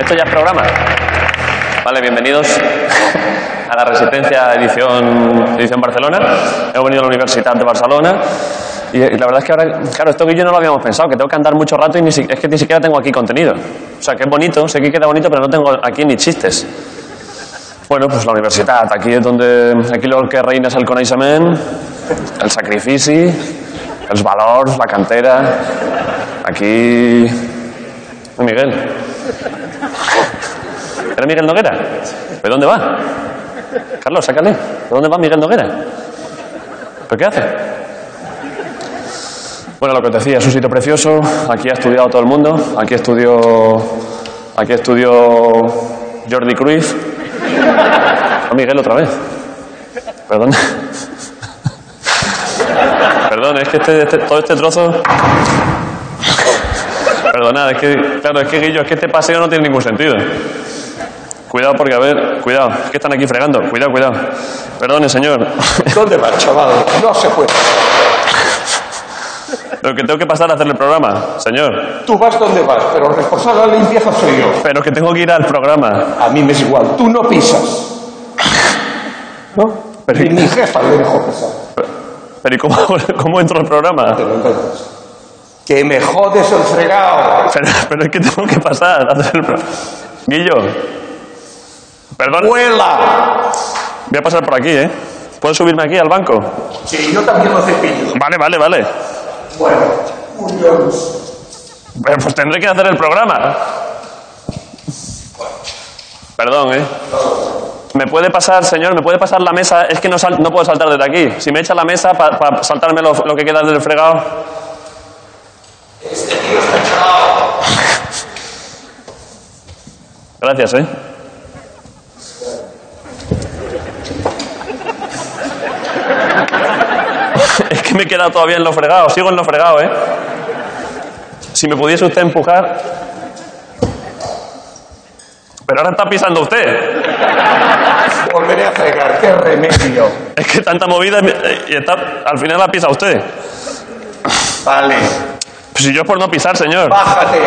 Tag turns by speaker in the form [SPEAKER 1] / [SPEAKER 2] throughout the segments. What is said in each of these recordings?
[SPEAKER 1] ¿Esto ya es programa? Vale, bienvenidos a la Resistencia edición, edición Barcelona. Hemos venido a la Universidad de Barcelona. Y eh, la verdad es que ahora, claro, esto que yo no lo habíamos pensado, que tengo que andar mucho rato y ni si- es que ni siquiera tengo aquí contenido. O sea, que es bonito, sé que queda bonito, pero no tengo aquí ni chistes. Bueno, pues la universitat, aquí és on aquí el que reina és el coneixement, el sacrifici, els valors, la cantera. Aquí... Oh, Miguel. ¿Era Miguel Noguera? ¿Pero dónde va? Carlos, sácale. ¿Pero dónde va Miguel Noguera? ¿Pero qué hace? Bueno, lo que te decía, es un sitio precioso. Aquí ha estudiado todo el mundo. Aquí estudió, aquí estudió Jordi Cruyff. Oh, Miguel otra vez. Perdón. Perdón, es que este- este- todo este trozo. Perdonad, es que, claro, es que Guillo, es que este paseo no tiene ningún sentido. Cuidado, porque a ver, cuidado, es que están aquí fregando. Cuidado, cuidado. Perdone, señor.
[SPEAKER 2] ¿Dónde vas, chaval? No se puede.
[SPEAKER 1] Pero que tengo que pasar a hacer el programa, señor.
[SPEAKER 2] Tú vas donde vas, pero responsable de la limpieza soy yo.
[SPEAKER 1] Pero que tengo que ir al programa.
[SPEAKER 2] A mí me es igual. Tú no pisas. ¿No?
[SPEAKER 1] Pero-
[SPEAKER 2] Ni mi jefa le dejó pisar.
[SPEAKER 1] Pero ¿y cómo, cómo entro al programa?
[SPEAKER 2] Te lo inventas. Que me jodes el fregado.
[SPEAKER 1] Pero, pero es que tengo que pasar a hacer el programa. Guillo. Perdón,
[SPEAKER 2] ¡Vuela!
[SPEAKER 1] voy a pasar por aquí, ¿eh? ¿Puedo subirme aquí al banco?
[SPEAKER 2] Sí, yo también lo cepillo.
[SPEAKER 1] Vale, vale, vale.
[SPEAKER 2] Bueno, un dios.
[SPEAKER 1] Pero pues tendré que hacer el programa. Perdón, ¿eh? ¿Me puede pasar, señor? ¿Me puede pasar la mesa? Es que no, sal- no puedo saltar desde aquí. Si me echa la mesa para saltarme lo, lo que queda del fregado. Gracias, ¿eh? es que me he quedado todavía en lo fregado. Sigo en lo fregado, ¿eh? Si me pudiese usted empujar. Pero ahora está pisando usted.
[SPEAKER 2] Volveré a fregar. ¡Qué remedio!
[SPEAKER 1] Es que tanta movida y está, al final la pisa usted.
[SPEAKER 2] Vale.
[SPEAKER 1] Pues si yo es por no pisar, señor.
[SPEAKER 2] Bájate.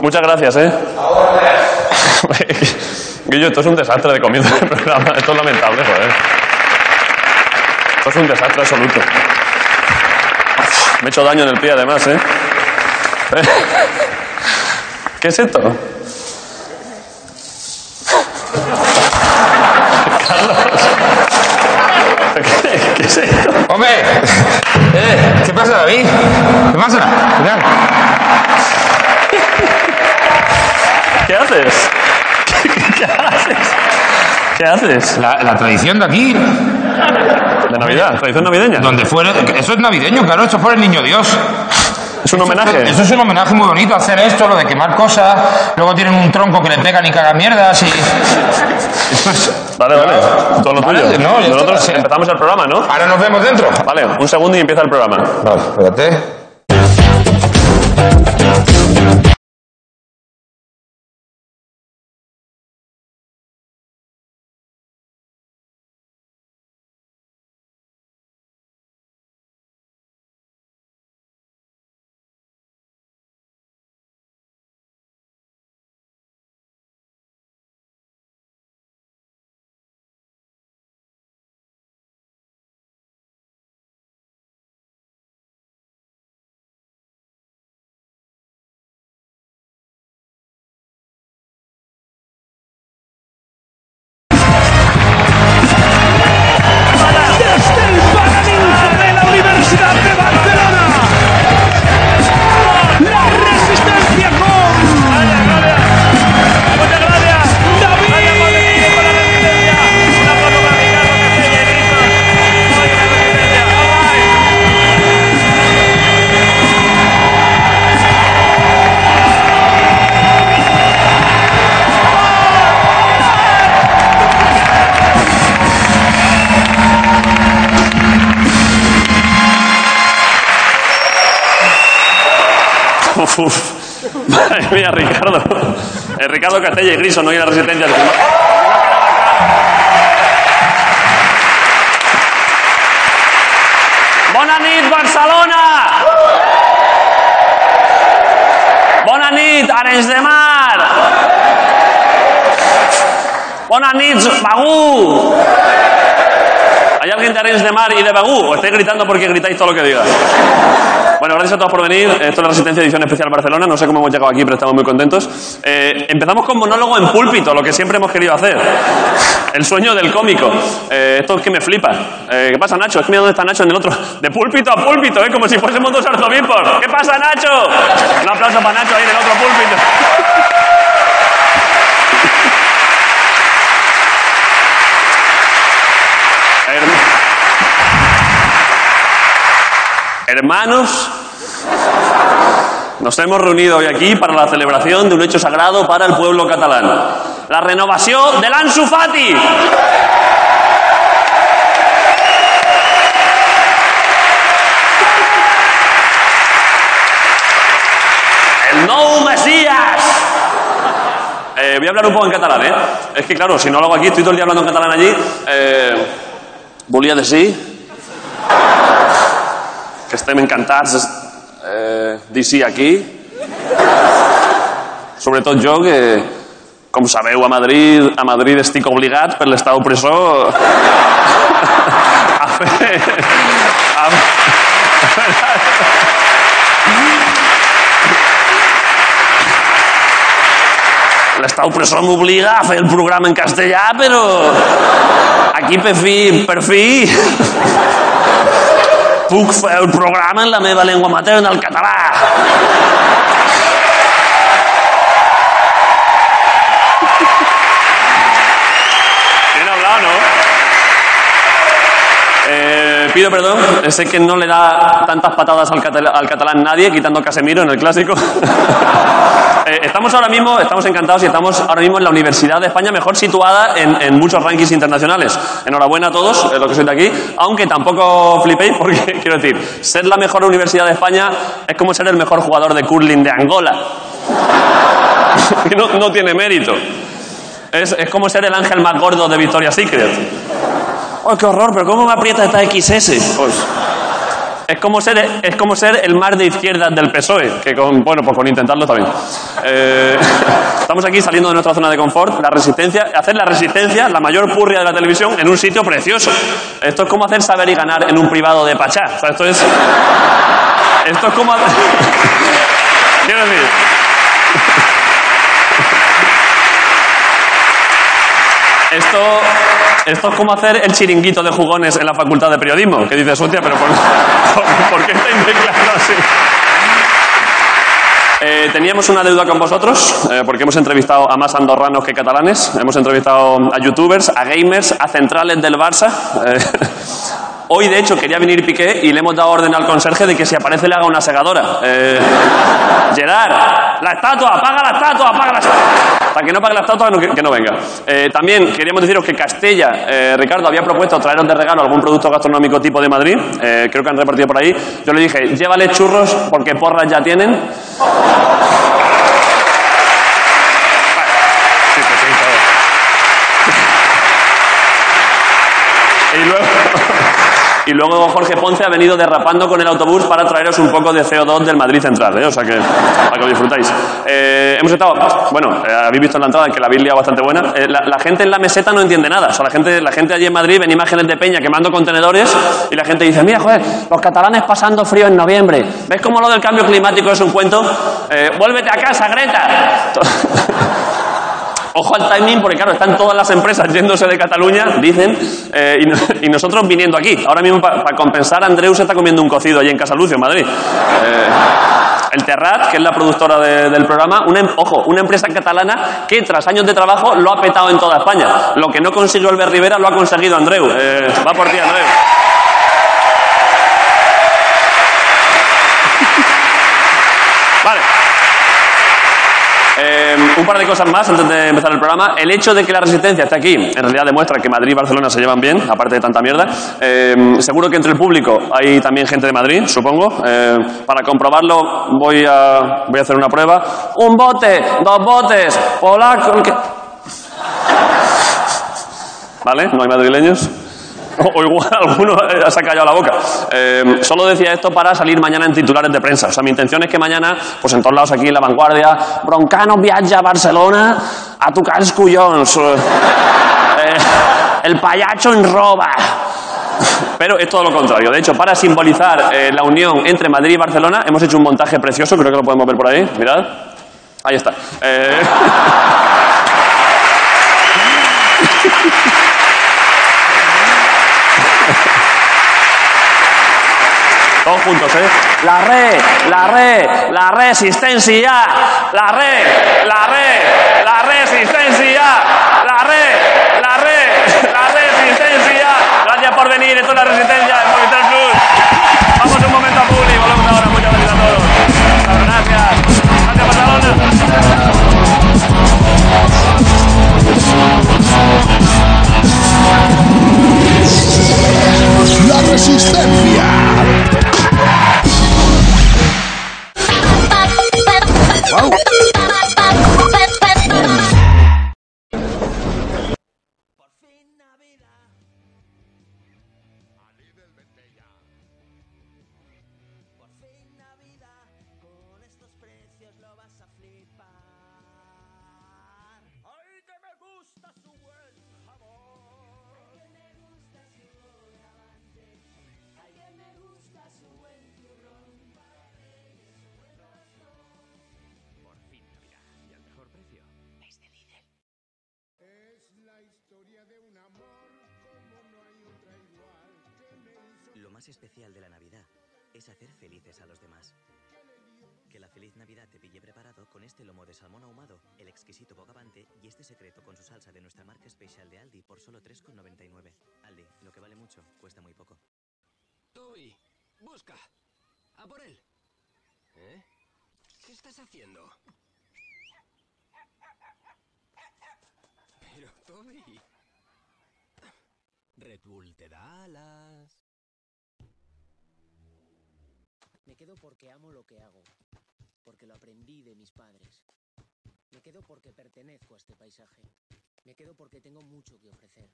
[SPEAKER 1] Muchas gracias, ¿eh?
[SPEAKER 2] Ahora.
[SPEAKER 1] Guillo, esto es un desastre de comienzo del programa. Esto es lamentable, joder. Esto es un desastre absoluto. Me he hecho daño en el pie, además, ¿eh? ¿Qué es esto? Carlos. ¿Qué, qué es esto?
[SPEAKER 3] ¡Hombre! Eh, ¿Qué pasa, David? ¿Qué pasa? ¿Qué tal?
[SPEAKER 1] ¿Qué haces? ¿Qué, qué haces? ¿Qué haces?
[SPEAKER 3] La, la tradición de aquí,
[SPEAKER 1] De Navidad, tradición navideña.
[SPEAKER 3] donde fuera. Eso es navideño, claro, esto fue el niño Dios.
[SPEAKER 1] Es un homenaje.
[SPEAKER 3] Eso es un homenaje muy bonito, hacer esto, lo de quemar cosas. Luego tienen un tronco que le pegan y cagan mierdas y. Eso es-
[SPEAKER 1] Vale, vale. Todo lo
[SPEAKER 3] Vale,
[SPEAKER 1] tuyo.
[SPEAKER 3] no, ya está,
[SPEAKER 1] Nosotros
[SPEAKER 3] sí.
[SPEAKER 1] empezamos el programa, ¿no?
[SPEAKER 3] Ahora nos vemos dentro.
[SPEAKER 1] Vale, un segundo y empieza el programa.
[SPEAKER 3] Vale, espérate.
[SPEAKER 4] desde el Paraninfo de la Universidad de Barcelona. La resistencia con. Muchas gracias.
[SPEAKER 1] Uf, uf. Madre mía, Ricardo. El Ricardo Castella y Griso no hay la resistencia. Bona nit, Barcelona! Bona nit, Arenys de Mar! Bona nits, Bagú. ¿Hay alguien de Arenys de Mar y de Bagú? ¿O estáis gritando porque gritáis todo lo que diga? Bueno, gracias a todos por venir. Esto es la Resistencia Edición Especial Barcelona. No sé cómo hemos llegado aquí, pero estamos muy contentos. Eh, empezamos con monólogo en púlpito, lo que siempre hemos querido hacer. El sueño del cómico. Eh, esto es que me flipa. Eh, ¿Qué pasa, Nacho? Es que mira dónde está Nacho en el otro. De púlpito a púlpito, ¿eh? como si fuésemos dos arzobispos. ¿Qué pasa, Nacho? Un aplauso para Nacho ahí en el otro púlpito. Herm- Hermanos, nos hemos reunido hoy aquí para la celebración de un hecho sagrado para el pueblo catalán. La renovación del Ansu Fati. El nou Mesías. Eh, voy a hablar un poco en catalán, ¿eh? Es que claro, si no lo hago aquí, estoy todo el día hablando en catalán allí. Eh, volia decir que estem encantats eh, dir sí aquí. Sobretot jo, que com sabeu, a Madrid, a Madrid estic obligat per l'estat opressor a fer... A, L'estat opressor m'obliga a fer el programa en castellà, però... Aquí per fi, per fi... Puc fer el programa en la meva llengua materna, el català. Bien hablado, ¿no? Eh, pido perdón, sé que no le da tantas patadas al, catal- al catalán nadie, quitando a Casemiro en el clásico. Eh, estamos ahora mismo, estamos encantados y estamos ahora mismo en la Universidad de España mejor situada en, en muchos rankings internacionales. Enhorabuena a todos eh, los que sois de aquí, aunque tampoco flipéis porque quiero decir, ser la mejor universidad de España es como ser el mejor jugador de curling de Angola. Que no, no tiene mérito. Es, es como ser el ángel más gordo de Victoria's Secret. ¡Ay, Oh, qué horror! ¿Pero cómo me aprieta esta XS? Pues, es como ser, es como ser el mar de izquierdas del PSOE, que con, bueno, pues con intentarlo también. Eh, estamos aquí saliendo de nuestra zona de confort, la resistencia, hacer la resistencia, la mayor purria de la televisión, en un sitio precioso. Esto es como hacer saber y ganar en un privado de Pachá. O sea, esto es... Esto es como... hacer- Quiero decir... Esto, esto es como hacer el chiringuito de jugones en la facultad de periodismo. Que dices, hostia, pero ¿por, por- por qué estáis mezclando así? Eh, teníamos una deuda con vosotros eh, porque hemos entrevistado a más andorranos que catalanes. Hemos entrevistado a youtubers, a gamers, a centrales del Barça. Eh, Hoy, de hecho, quería venir Piqué y le hemos dado orden al conserje de que si aparece le haga una segadora. Eh, Gerard, la estatua, apaga la estatua, apaga la estatua. Hasta que no apague la estatua, no- que, que no venga. Eh, también queríamos deciros que Castella, eh, Ricardo, había propuesto traeros de regalo algún producto gastronómico tipo de Madrid. Eh, creo que han repartido por ahí. Yo le dije, llévale churros porque porras ya tienen. Vale. Sí, pues sí, todo. Y luego, y luego Jorge Ponce ha venido derrapando con el autobús para traeros un poco de CO2 del Madrid Central, ¿eh? o sea que, para que lo disfrutáis. Eh, hemos estado, bueno, eh, habéis visto en la entrada que la Biblia es bastante buena. Eh, la, la gente en la meseta no entiende nada. O sea, la gente, la gente allí en Madrid ven imágenes de Peña quemando contenedores y la gente dice, mira, joder, los catalanes pasando frío en noviembre. ¿Ves cómo lo del cambio climático es un cuento? Eh, Vuélvete a casa, Greta. Ojo al timing, porque claro, están todas las empresas yéndose de Cataluña, dicen, eh, y, no- y nosotros viniendo aquí. Ahora mismo, para compensar, Andreu se está comiendo un cocido allí en Casalucio, en Madrid. Eh, el Terrat, que es la productora de- del programa, una, em- ojo, una empresa catalana que tras años de trabajo lo ha petado en toda España. Lo que no consiguió Albert Rivera lo ha conseguido Andreu. Eh, va por ti, Andreu. Vale. Eh, un par de cosas más antes de empezar el programa. El hecho de que la resistencia esté aquí, en realidad demuestra que Madrid y Barcelona se llevan bien, aparte de tanta mierda. Eh, seguro que entre el público hay también gente de Madrid, supongo. Eh, para comprobarlo voy a, voy a hacer una prueba. Un bote, dos botes, polaco... el que- ¿Vale? ¿No hay madrileños? O o igual alguno eh, se ha callado la boca. Eh, solo decía esto para salir mañana en titulares de prensa. O sea, mi intención es que mañana, pues en todos lados aquí en La Vanguardia, Broncano viaja a Barcelona a tocar els collons. Eh, el payacho en roba. Pero es todo lo contrario. De hecho, para simbolizar eh, la unión entre Madrid y Barcelona, hemos hecho un montaje precioso, creo que lo podemos ver por ahí. Mirad. Ahí está. Eh, Todos juntos, ¿eh? La red, la red, la resistencia, la red, la red, la resistencia, la red, la red, la resistencia. Gracias por venir, esto es la resistencia de Movistar Plus. Vamos un momento a Puli, volvemos ahora, muchas gracias a todos. Muchas gracias. Gracias, Barcelona.
[SPEAKER 4] La resistencia.
[SPEAKER 5] Por fin Navidad, con estos precios lo vas a flipar. ¡Ay, que me gusta su buen sabor! ¡Ay, que me gusta su avance! ¡Ay, que me gusta su buen turrón! ¡Para reyes, su buen rostro! Por fin Navidad, y al mejor precio. Desde Lidl.
[SPEAKER 6] Lo más especial de la Navidad es hacer felices a los demás. Que la feliz Navidad te pille preparado con este lomo de salmón ahumado, el exquisito bogavante y este secreto con su salsa de nuestra marca especial de Aldi por solo 3,99. Aldi, lo que vale mucho, cuesta muy poco.
[SPEAKER 7] Toby, busca. A por él. ¿Eh? ¿Qué estás haciendo? Pero, Toby. Red Bull te da alas.
[SPEAKER 5] Me quedo porque amo lo que hago, porque lo aprendí de mis padres. Me quedo porque pertenezco a este paisaje. Me quedo porque tengo mucho que ofrecer.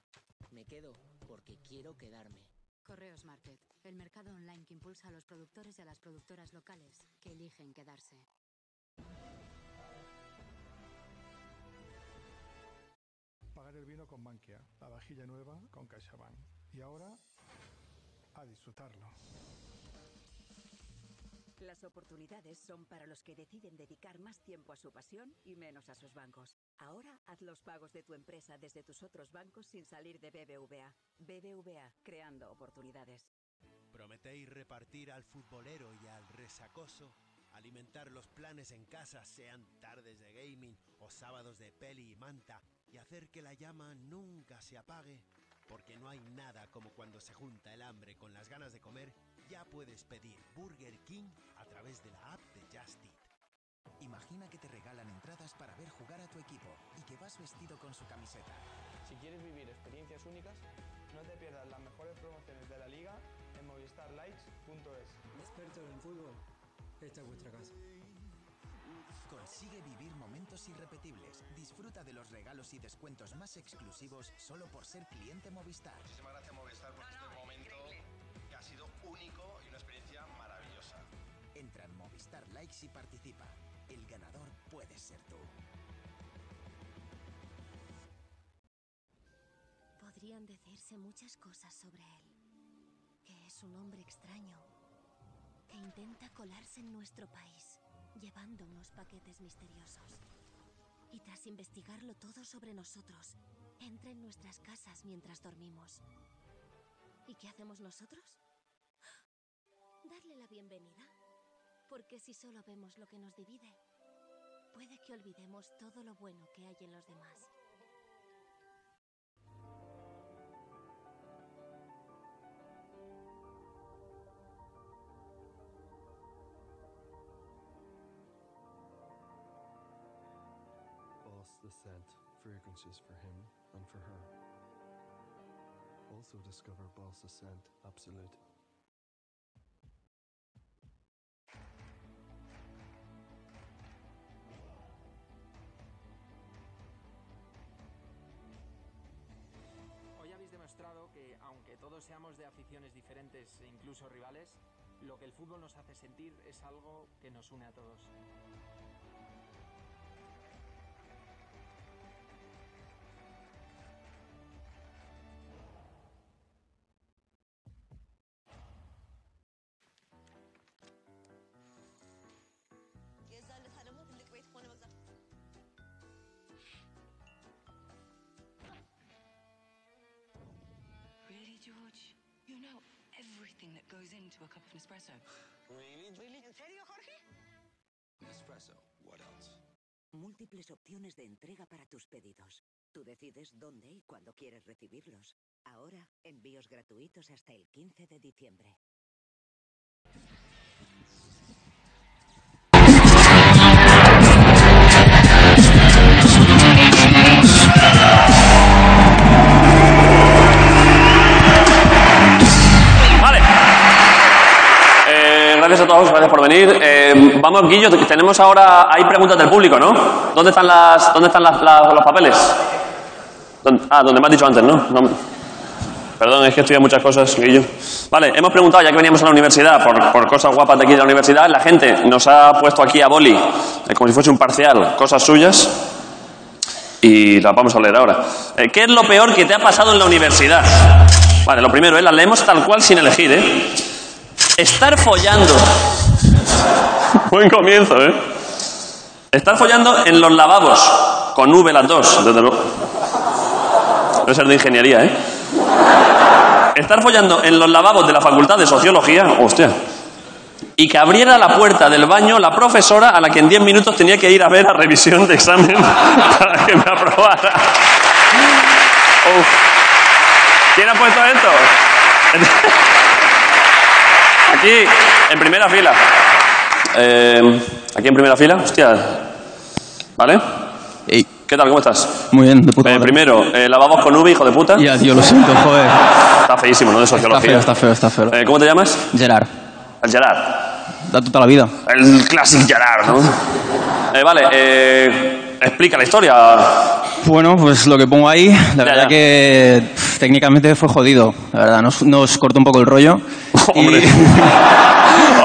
[SPEAKER 5] Me quedo porque quiero quedarme.
[SPEAKER 8] Correos Market, el mercado online que impulsa a los productores y a las productoras locales que eligen quedarse.
[SPEAKER 9] Pagar el vino con Bankia, la vajilla nueva con CaixaBank. Y ahora, a disfrutarlo.
[SPEAKER 10] Las oportunidades son para los que deciden dedicar más tiempo a su pasión y menos a sus bancos. Ahora haz los pagos de tu empresa desde tus otros bancos sin salir de BBVA. BBVA, creando oportunidades.
[SPEAKER 11] Prometéis repartir al futbolero y al resacoso, alimentar los planes en casa, sean tardes de gaming o sábados de peli y manta, y hacer que la llama nunca se apague, porque no hay nada como cuando se junta el hambre con las ganas de comer, ya puedes pedir Burger King a través de la app de Just Eat.
[SPEAKER 12] Imagina que te regalan entradas para ver jugar a tu equipo y que vas vestido con su camiseta.
[SPEAKER 13] Si quieres vivir experiencias únicas, no te pierdas las mejores promociones de la liga en movistarlights.es.
[SPEAKER 14] Expertos en fútbol, esta es vuestra casa.
[SPEAKER 12] Consigue vivir momentos irrepetibles. Disfruta de los regalos y descuentos más exclusivos solo por ser cliente Movistar.
[SPEAKER 15] Muchísimas gracias Movistar por este momento que ha sido único y una experiencia maravillosa.
[SPEAKER 12] Entra en Movistar Likes y participa. El ganador puede ser tú.
[SPEAKER 8] Podrían decirse muchas cosas sobre él. Que es un hombre extraño, que intenta colarse en nuestro país, llevando unos paquetes misteriosos. Y tras investigarlo todo sobre nosotros, entra en nuestras casas mientras dormimos. ¿Y qué hacemos nosotros? Darle la bienvenida. Porque si solo vemos lo que nos divide, puede que olvidemos todo lo bueno que hay en los demás.
[SPEAKER 16] Lost the scent, fragrances for him and for her. Also discover Balsa Scent Absolute.
[SPEAKER 13] Hoy habéis demostrado que, aunque todos seamos de aficiones diferentes e incluso rivales, lo que el fútbol nos hace sentir es algo que nos une a todos.
[SPEAKER 17] George, you know everything that goes into a cup of Nespresso.
[SPEAKER 7] Really?
[SPEAKER 17] Really? ¿En serio, Jorge?
[SPEAKER 7] Nespresso. What else?
[SPEAKER 10] Múltiples opciones de entrega para tus pedidos. Tú decides dónde y cuándo quieres recibirlos. Ahora, envíos gratuitos hasta el 15 de diciembre.
[SPEAKER 1] Eh, gracias a todos, gracias por venir. Eh, vamos, Guillo, que tenemos ahora. Hay preguntas del público, ¿no? ¿Dónde están las, dónde están las, las- los papeles? ¿Dónde- ah, donde me has dicho antes, ¿no? No me- Perdón, es que estudié muchas cosas, Guillo. Vale, hemos preguntado, ya que veníamos a la universidad, por, por cosas guapas de aquí de la universidad, la gente nos ha puesto aquí a boli, eh, como si fuese un parcial, cosas suyas, y las vamos a leer ahora. Eh, ¿Qué es lo peor que te ha pasado en la universidad? Vale, lo primero, eh, las leemos tal cual sin elegir, ¿eh? Estar follando. Buen comienzo, ¿eh? Estar follando en los lavabos, con V las dos, desde luego. Debe ser de ingeniería, ¿eh? Estar follando en los lavabos de la Facultad de Sociología, hostia. Y que abriera la puerta del baño la profesora a la que en 10 minutos tenía que ir a ver a revisión de examen para que me aprobara. Uf. ¿Quién ha puesto esto? Aquí, en primera fila. Eh, aquí en primera fila, hostia. ¿Vale? ¿Qué tal? ¿Cómo estás?
[SPEAKER 18] Muy bien, de puta
[SPEAKER 1] Eh,
[SPEAKER 18] madre.
[SPEAKER 1] primero, eh, lavabos con V, hijo de puta.
[SPEAKER 18] Ya, tío, lo siento, joder.
[SPEAKER 1] Está feísimo, ¿no? De sociología.
[SPEAKER 18] Está feo, está feo, está feo.
[SPEAKER 1] Eh, ¿Cómo te llamas?
[SPEAKER 18] Gerard.
[SPEAKER 1] El Gerard.
[SPEAKER 18] Da toda la vida.
[SPEAKER 1] El Classic Gerard, ¿no? Eh, vale, eh, explica la historia.
[SPEAKER 18] Bueno, pues lo que pongo ahí, la verdad que pff, técnicamente fue jodido. La verdad, nos, nos cortó un poco el rollo.
[SPEAKER 1] Hombre.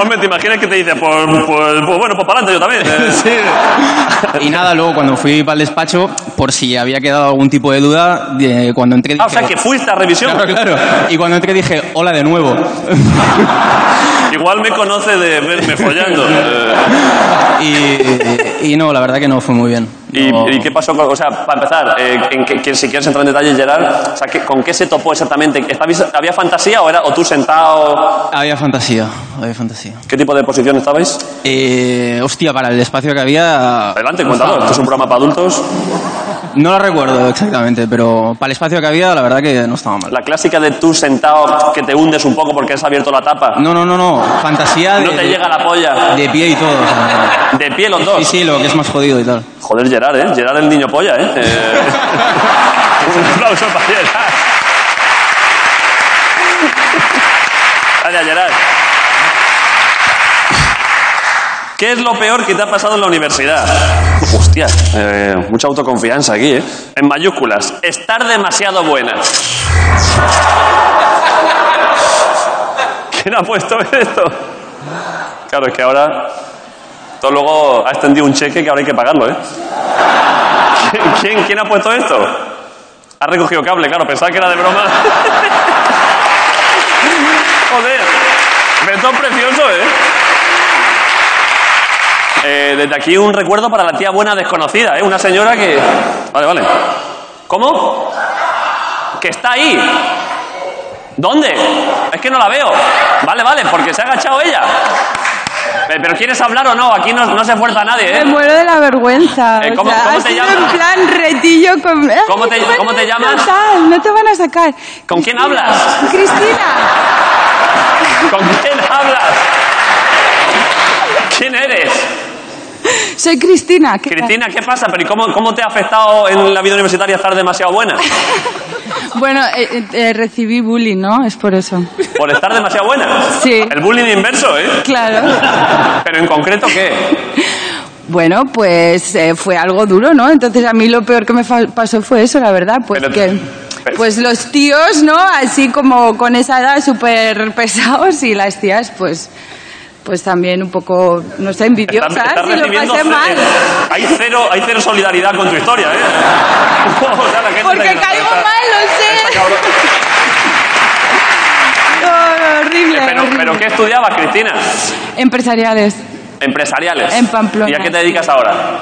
[SPEAKER 1] Hombre, ¿te imaginas que te dice, pues, pues- pues bueno, pues para adelante yo también? eh?
[SPEAKER 18] Y nada, luego cuando fui para el despacho, por si había quedado algún tipo de duda, de- cuando entré dije...
[SPEAKER 1] Ah, o sea, que fuiste a revisión.
[SPEAKER 18] Claro, claro. Y cuando entré dije, hola de nuevo.
[SPEAKER 1] Igual me conoce de verme follando. Eh,
[SPEAKER 18] Y, y no, la verdad que no fue muy bien.
[SPEAKER 1] ¿Y, y qué pasó? con- o sea, para empezar, eh, en que, que si quieres entrar en detalle, Gerard, o sea, que- ¿con qué se topó exactamente? ¿Estabais- ¿Había fantasía o, era, o tú sentado?
[SPEAKER 18] Había fantasía, había Ah, fantasía.
[SPEAKER 1] ¿Qué tipo de posición estabais?
[SPEAKER 18] Eh, hostia, para el espacio que había...
[SPEAKER 1] Adelante, cuéntalo. Esto es un programa para adultos.
[SPEAKER 18] No lo recuerdo exactamente, pero para el espacio que había, la verdad que no estaba mal.
[SPEAKER 1] La clásica de tú sentado que te hundes un poco porque has abierto la tapa.
[SPEAKER 18] No, no, no, no. Fantasía de...
[SPEAKER 1] No te llega la polla.
[SPEAKER 18] De pie y todo. o sea,
[SPEAKER 1] De pie los dos.
[SPEAKER 18] Sí, sí, lo que es más jodido y tal.
[SPEAKER 1] Joder, Gerard, ¿eh? Gerard el niño polla, ¿eh? Eh, un aplauso para Gerard. Gracias, Gerard. ¿Qué es lo peor que te ha pasado en la universidad? Hostia, eh, mucha autoconfianza aquí, ¿eh? En mayúsculas, estar demasiado buena. ¿Quién ha puesto esto? Claro, es que ahora... Esto luego ha extendido un cheque que ahora hay que pagarlo, ¿eh? ¿Qui- ¿Quién, quién ha puesto esto? Ha recogido cable, claro, pensaba que era de broma. Joder, Beto precioso, ¿eh? Eh, Desde aquí un recuerdo para la tía buena desconocida, ¿eh? Una señora que... Vale, vale. ¿Cómo? Que está ahí. ¿Dónde? Es que no la veo. Vale, vale, porque se ha agachado ella. Eh, Pero ¿quieres hablar o no? Aquí no, no se fuerza nadie, ¿eh?
[SPEAKER 19] Me muero de la vergüenza.
[SPEAKER 1] Eh,
[SPEAKER 19] o
[SPEAKER 1] ¿cómo-
[SPEAKER 19] sea,
[SPEAKER 1] cómo
[SPEAKER 19] ha
[SPEAKER 1] te
[SPEAKER 19] sido
[SPEAKER 1] llamas?
[SPEAKER 19] en plan retillo con...
[SPEAKER 1] ¿Cómo te-
[SPEAKER 19] Ay, me
[SPEAKER 1] cómo te
[SPEAKER 19] van a
[SPEAKER 1] llamas?
[SPEAKER 19] sacar, no te van a sacar.
[SPEAKER 1] ¿Con quién hablas?
[SPEAKER 19] Cristina.
[SPEAKER 1] ¿Con quién hablas? ¿Quién eres?
[SPEAKER 19] Soy Cristina. ¿qué tal?
[SPEAKER 1] Cristina, ¿qué pasa? ¿Pero y cómo, cómo te ha afectado en la vida universitaria estar demasiado buena?
[SPEAKER 19] Bueno, eh, eh, eh, recibí bullying, ¿no? Es por eso.
[SPEAKER 1] Por estar demasiado buena.
[SPEAKER 19] Sí.
[SPEAKER 1] El bullying inverso, ¿eh?
[SPEAKER 19] Claro.
[SPEAKER 1] Pero en concreto, ¿qué?
[SPEAKER 19] Bueno, pues eh, fue algo duro, ¿no? Entonces a mí lo peor que me fa- pasó fue eso, la verdad, pues que... Pues los tíos, ¿no? Así como con esa edad súper pesados y las tías, pues... Pues también un poco, no sé, envidiosas y lo pasé
[SPEAKER 1] ce-
[SPEAKER 19] mal.
[SPEAKER 1] eh, Hay cero, hay cero solidaridad con tu historia, ¿eh? O sea, la gente
[SPEAKER 19] Porque
[SPEAKER 1] está-
[SPEAKER 19] caigo mal, lo sé. horrible.
[SPEAKER 1] Pero, ¿Pero qué estudiabas, Cristina?
[SPEAKER 19] Empresariales.
[SPEAKER 1] Empresariales.
[SPEAKER 19] En Pamplona.
[SPEAKER 1] ¿Y a qué te dedicas ahora?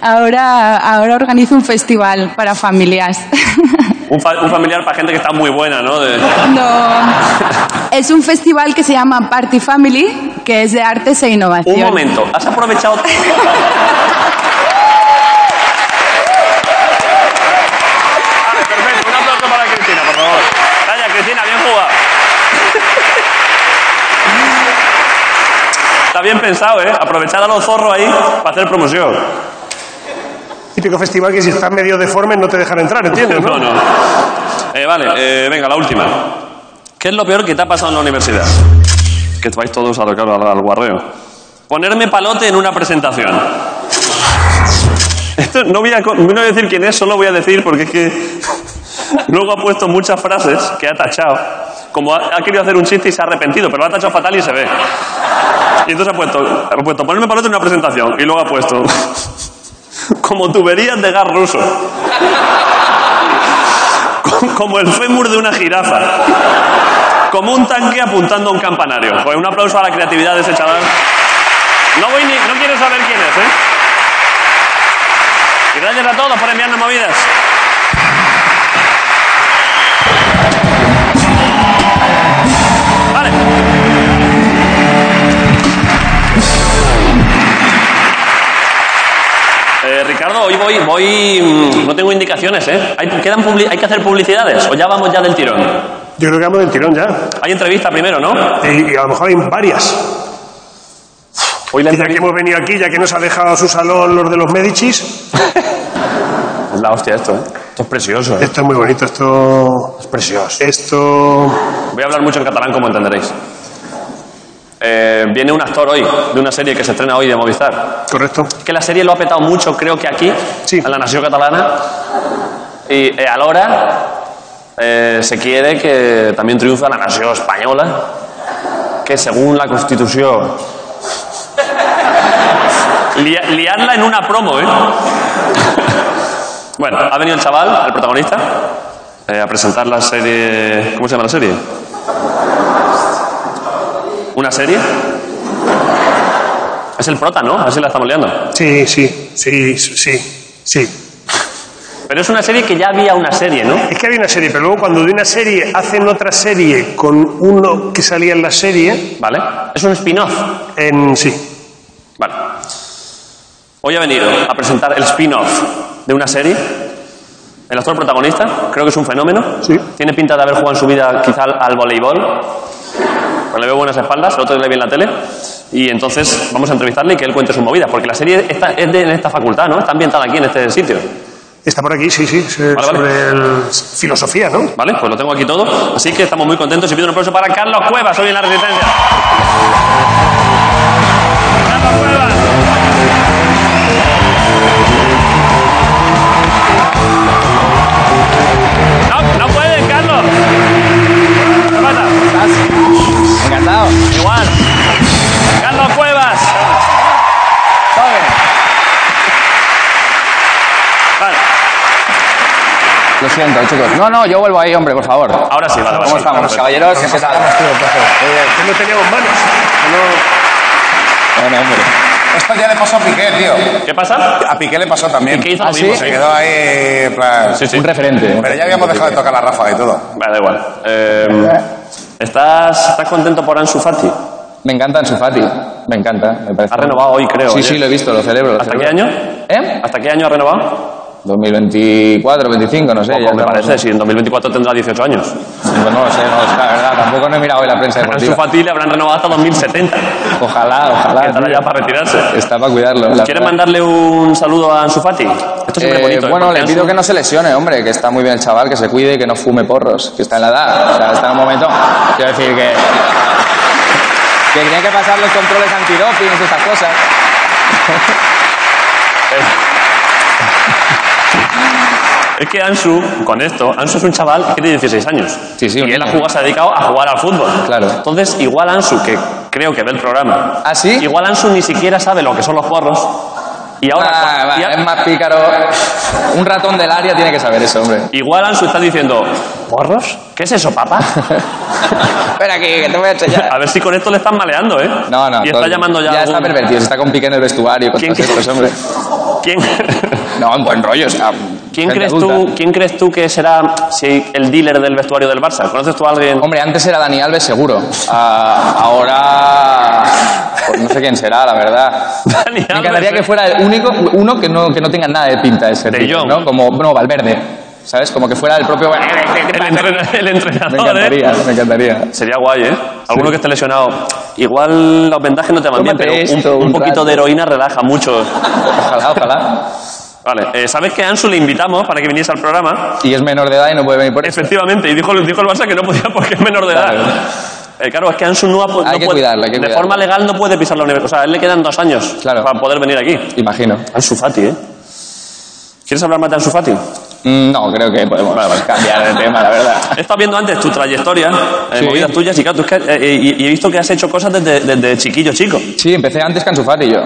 [SPEAKER 19] Ahora, ahora organizo un festival para familias.
[SPEAKER 1] Un, fa- un familiar para gente que está muy buena, ¿no? De-
[SPEAKER 19] No. Es un festival que se llama Party Family, que es de artes e innovación.
[SPEAKER 1] Un momento, has aprovechado. Vale, perfecto. Un aplauso para Cristina, por favor. Vaya, Cristina, bien jugado. Está bien pensado, ¿eh? Aprovechad a los zorros ahí para hacer promoción.
[SPEAKER 20] Típico festival que si estás medio deforme no te dejan entrar, ¿entiendes?
[SPEAKER 1] No, no. Eh, vale, eh, venga, la última. ¿Qué es lo peor que te ha pasado en la universidad? Que vais todos a lo- claro, al, al guarreo. Ponerme palote en una presentación. Esto no voy, a, co- no voy a decir quién es, solo voy a decir porque es que luego ha puesto muchas frases que ha tachado. Como ha, ha querido hacer un chiste y se ha arrepentido, pero lo ha tachado fatal y se ve. Y entonces ha puesto, ha puesto ponerme palote en una presentación. Y luego ha puesto como tuberías de gas ruso. Co- Como el fémur de una jirafa. Como un tanque apuntando a un campanario. Pues un aplauso a la creatividad de ese chaval. No, voy ni- no quiero saber quién es, ¿eh? Y gracias a todos por enviarnos movidas. Eh, Ricardo, hoy voy, voy, mm, no tengo indicaciones, ¿eh? Hay, quedan publi- hay que hacer publicidades o ya vamos ya del tirón.
[SPEAKER 20] Yo creo que vamos del tirón ya.
[SPEAKER 1] Hay entrevista primero, ¿no?
[SPEAKER 20] Y, y a lo mejor hay varias.
[SPEAKER 1] Hoy la
[SPEAKER 20] ya que hemos venido aquí, ya que nos ha dejado su salón los de los Medicis.
[SPEAKER 1] Es la hostia esto, ¿eh? Esto es precioso. ¿eh?
[SPEAKER 20] Esto es muy bonito, esto... Es
[SPEAKER 1] precioso.
[SPEAKER 20] Esto...
[SPEAKER 1] Voy a hablar mucho en catalán, como entenderéis. Eh, viene un actor hoy, de una serie que se estrena hoy de Movistar.
[SPEAKER 20] Correcto.
[SPEAKER 1] Que la serie lo ha petado mucho, creo que aquí, en la nación catalana. Y eh, a la hora eh, se quiere que también triunfe la nación española, que según la Constitución... Lia- liarla en una promo, ¿eh? bueno, ha venido el chaval, el protagonista, eh, a presentar la serie... ¿Cómo se llama la serie? ¿Una serie? Es el prota, ¿no? A ver si la estamos liando.
[SPEAKER 20] Sí, sí, sí, sí, sí.
[SPEAKER 1] Pero es una serie que ya había una serie, ¿no?
[SPEAKER 20] Es que había una serie, pero luego cuando de una serie hacen otra serie con uno que salía en la serie...
[SPEAKER 1] Vale. Es un spin-off.
[SPEAKER 20] En... Sí.
[SPEAKER 1] Vale. Hoy ha venido a presentar el spin-off de una serie. El actor protagonista, creo que es un fenómeno. Tiene pinta de haber jugado en su vida quizá al- al voleibol. Pues le veo buenas espaldas, el otro día le vi en la tele. Y entonces vamos a entrevistarle y que él cuente sus movidas. Porque la serie está- es de en esta facultad, ¿no? Está ambientada aquí, en este sitio.
[SPEAKER 20] Está por aquí, sí, sí. se-
[SPEAKER 1] Vale, vale.
[SPEAKER 20] eh, sobre el- filosofía, ¿no?
[SPEAKER 1] Vale, pues lo tengo aquí todo. Así que estamos muy contentos y pido un aplauso para Carlos Cuevas, hoy en La Resistencia. No puede, Carlos. ¿Qué pasa? Encantado. Igual. Carlos Cuevas. Vale.
[SPEAKER 13] Lo siento, chicos. No, no, yo vuelvo ahí, hombre, por favor.
[SPEAKER 1] Ahora sí, vale, vale.
[SPEAKER 13] ¿Cómo estamos,
[SPEAKER 1] Perfecto.
[SPEAKER 13] caballeros?
[SPEAKER 1] Vamos,
[SPEAKER 13] ¿Qué tal?
[SPEAKER 1] vamos, Eh,
[SPEAKER 20] no teníamos manos.
[SPEAKER 13] Bueno, hombre.
[SPEAKER 21] Esto ya le pasó a Piqué, tío.
[SPEAKER 1] ¿Qué pasa?
[SPEAKER 21] A Piqué le pasó también. ¿Ah,
[SPEAKER 1] Piqué hizo
[SPEAKER 13] lo mismo,
[SPEAKER 21] Se
[SPEAKER 13] Ah, sí.
[SPEAKER 21] quedó ahí, en plan...
[SPEAKER 13] Un referente.
[SPEAKER 21] Pero ya habíamos dejado de tocar la ráfaga y todo.
[SPEAKER 1] Vale, da igual. Eh, ¿estás, ¿Estás contento por Ansu Fati?
[SPEAKER 13] Me encanta Ansu Fati. Me encanta. Me parece.
[SPEAKER 1] Ha renovado hoy, creo.
[SPEAKER 13] Sí,
[SPEAKER 1] ayer.
[SPEAKER 13] sí, lo he visto, lo celebro. lo
[SPEAKER 1] ¿Hasta qué
[SPEAKER 13] celebro.
[SPEAKER 1] año? ¿Eh? ¿Hasta qué año ha renovado?
[SPEAKER 13] 2024, 25, no sé.
[SPEAKER 1] Poco,
[SPEAKER 13] ya
[SPEAKER 1] me
[SPEAKER 13] estamos-
[SPEAKER 1] parece, si en 2024 tendrá 18 años.
[SPEAKER 13] Pues no lo sé, no, es la verdad. Tampoco no he mirado hoy la prensa
[SPEAKER 1] A Ansu
[SPEAKER 13] deportiva.
[SPEAKER 1] Fati le habrán renovado hasta 2070.
[SPEAKER 13] Ojalá, ojalá.
[SPEAKER 1] Que estará
[SPEAKER 13] tío.
[SPEAKER 1] ya para retirarse.
[SPEAKER 13] Está para cuidarlo. la
[SPEAKER 1] ¿Quieres
[SPEAKER 13] verdad.
[SPEAKER 1] mandarle un saludo a Ansu Fati? Esto siempre es
[SPEAKER 13] Eh,
[SPEAKER 1] bonito. ¿eh?
[SPEAKER 13] bueno,
[SPEAKER 1] Porque
[SPEAKER 13] le pido
[SPEAKER 1] Ansu-
[SPEAKER 13] que no se lesione, hombre, que está muy bien el chaval, que se cuide, que no fume porros, que está en la edad. O sea, está en un momento. Quiero decir que. Que tienen que pasar los controles antidoping y estas cosas.
[SPEAKER 1] Es que Ansu, con esto, Ansu es un chaval que tiene 16 años. Sí, sí, y él ha jugado, se ha dedicado a jugar al fútbol. Claro. Entonces, igual Ansu, que creo que ve el programa. ¿Ah, sí? Igual Ansu ni siquiera sabe lo que son los porros. Y ahora.
[SPEAKER 13] Ah, va, es más pícaro. Un ratón del área tiene que saber eso, hombre.
[SPEAKER 1] Igual Ansu está diciendo. ¿Porros? ¿Qué es eso, papá?
[SPEAKER 13] Espera aquí, que te voy a enseñar.
[SPEAKER 1] A ver si con esto le están maleando, ¿eh?
[SPEAKER 13] No, no.
[SPEAKER 1] Y está
[SPEAKER 13] todo-
[SPEAKER 1] llamando ya.
[SPEAKER 13] Ya está
[SPEAKER 1] algún-
[SPEAKER 13] pervertido, se está con pique en el vestuario. ¿Quién
[SPEAKER 1] ¿Quién-
[SPEAKER 13] hombre.
[SPEAKER 1] ¿Quién?
[SPEAKER 13] No, en buen rollo. o sea,
[SPEAKER 1] ¿Quién
[SPEAKER 13] Gente
[SPEAKER 1] crees,
[SPEAKER 13] adulta.
[SPEAKER 1] tú, ¿Quién crees tú que será si el dealer del vestuario del Barça? ¿Conoces tú a alguien?
[SPEAKER 13] Hombre, antes era Dani Alves seguro. Ah, ahora... pues no sé quién será, la verdad. Me encantaría
[SPEAKER 1] eh.
[SPEAKER 13] que fuera el único, uno que no, que no tenga nada de pinta de ser. De ¿no? Como, bueno, Valverde. ¿Sabes? Como que fuera el propio...
[SPEAKER 1] Eh, El, entren- el entrenador.
[SPEAKER 13] Me encantaría,
[SPEAKER 1] ¿eh?
[SPEAKER 13] me encantaría.
[SPEAKER 1] Sería guay, ¿eh? Alguno que esté lesionado. Igual los vendajes no te van bien,
[SPEAKER 13] Tómate
[SPEAKER 1] pero un-
[SPEAKER 13] esto
[SPEAKER 1] un,
[SPEAKER 13] un
[SPEAKER 1] poquito
[SPEAKER 13] rato.
[SPEAKER 1] de heroína relaja mucho.
[SPEAKER 13] Ojalá, ojalá.
[SPEAKER 1] Vale, eh, ¿sabes que a Ansu le invitamos para que viniese al programa?
[SPEAKER 13] Y es menor de edad y no puede venir por eso.
[SPEAKER 1] Efectivamente, y dijo, dijo el Barça que no podía porque es menor de edad. Eh, claro, es que Ansu no, ha, po-
[SPEAKER 13] Hay
[SPEAKER 1] no
[SPEAKER 13] que
[SPEAKER 1] puede-
[SPEAKER 13] cuidarlo, hay que
[SPEAKER 1] de
[SPEAKER 13] cuidarlo.
[SPEAKER 1] forma legal no puede pisar la universidad. O sea, a él le quedan dos años para poder venir aquí.
[SPEAKER 13] Imagino.
[SPEAKER 1] Ansu Fati, ¿eh? ¿Quieres hablar más de Ansu Fati?
[SPEAKER 13] Mm, No, creo que podemos pues cambiar de tema, la verdad.
[SPEAKER 1] He estado viendo antes tu trayectoria, eh,
[SPEAKER 13] Sí.
[SPEAKER 1] movidas tuyas, y, claro, tú es que, eh, y, y he visto que has hecho cosas desde, desde chiquillo chico.
[SPEAKER 13] Sí, empecé antes que Ansu Fati yo.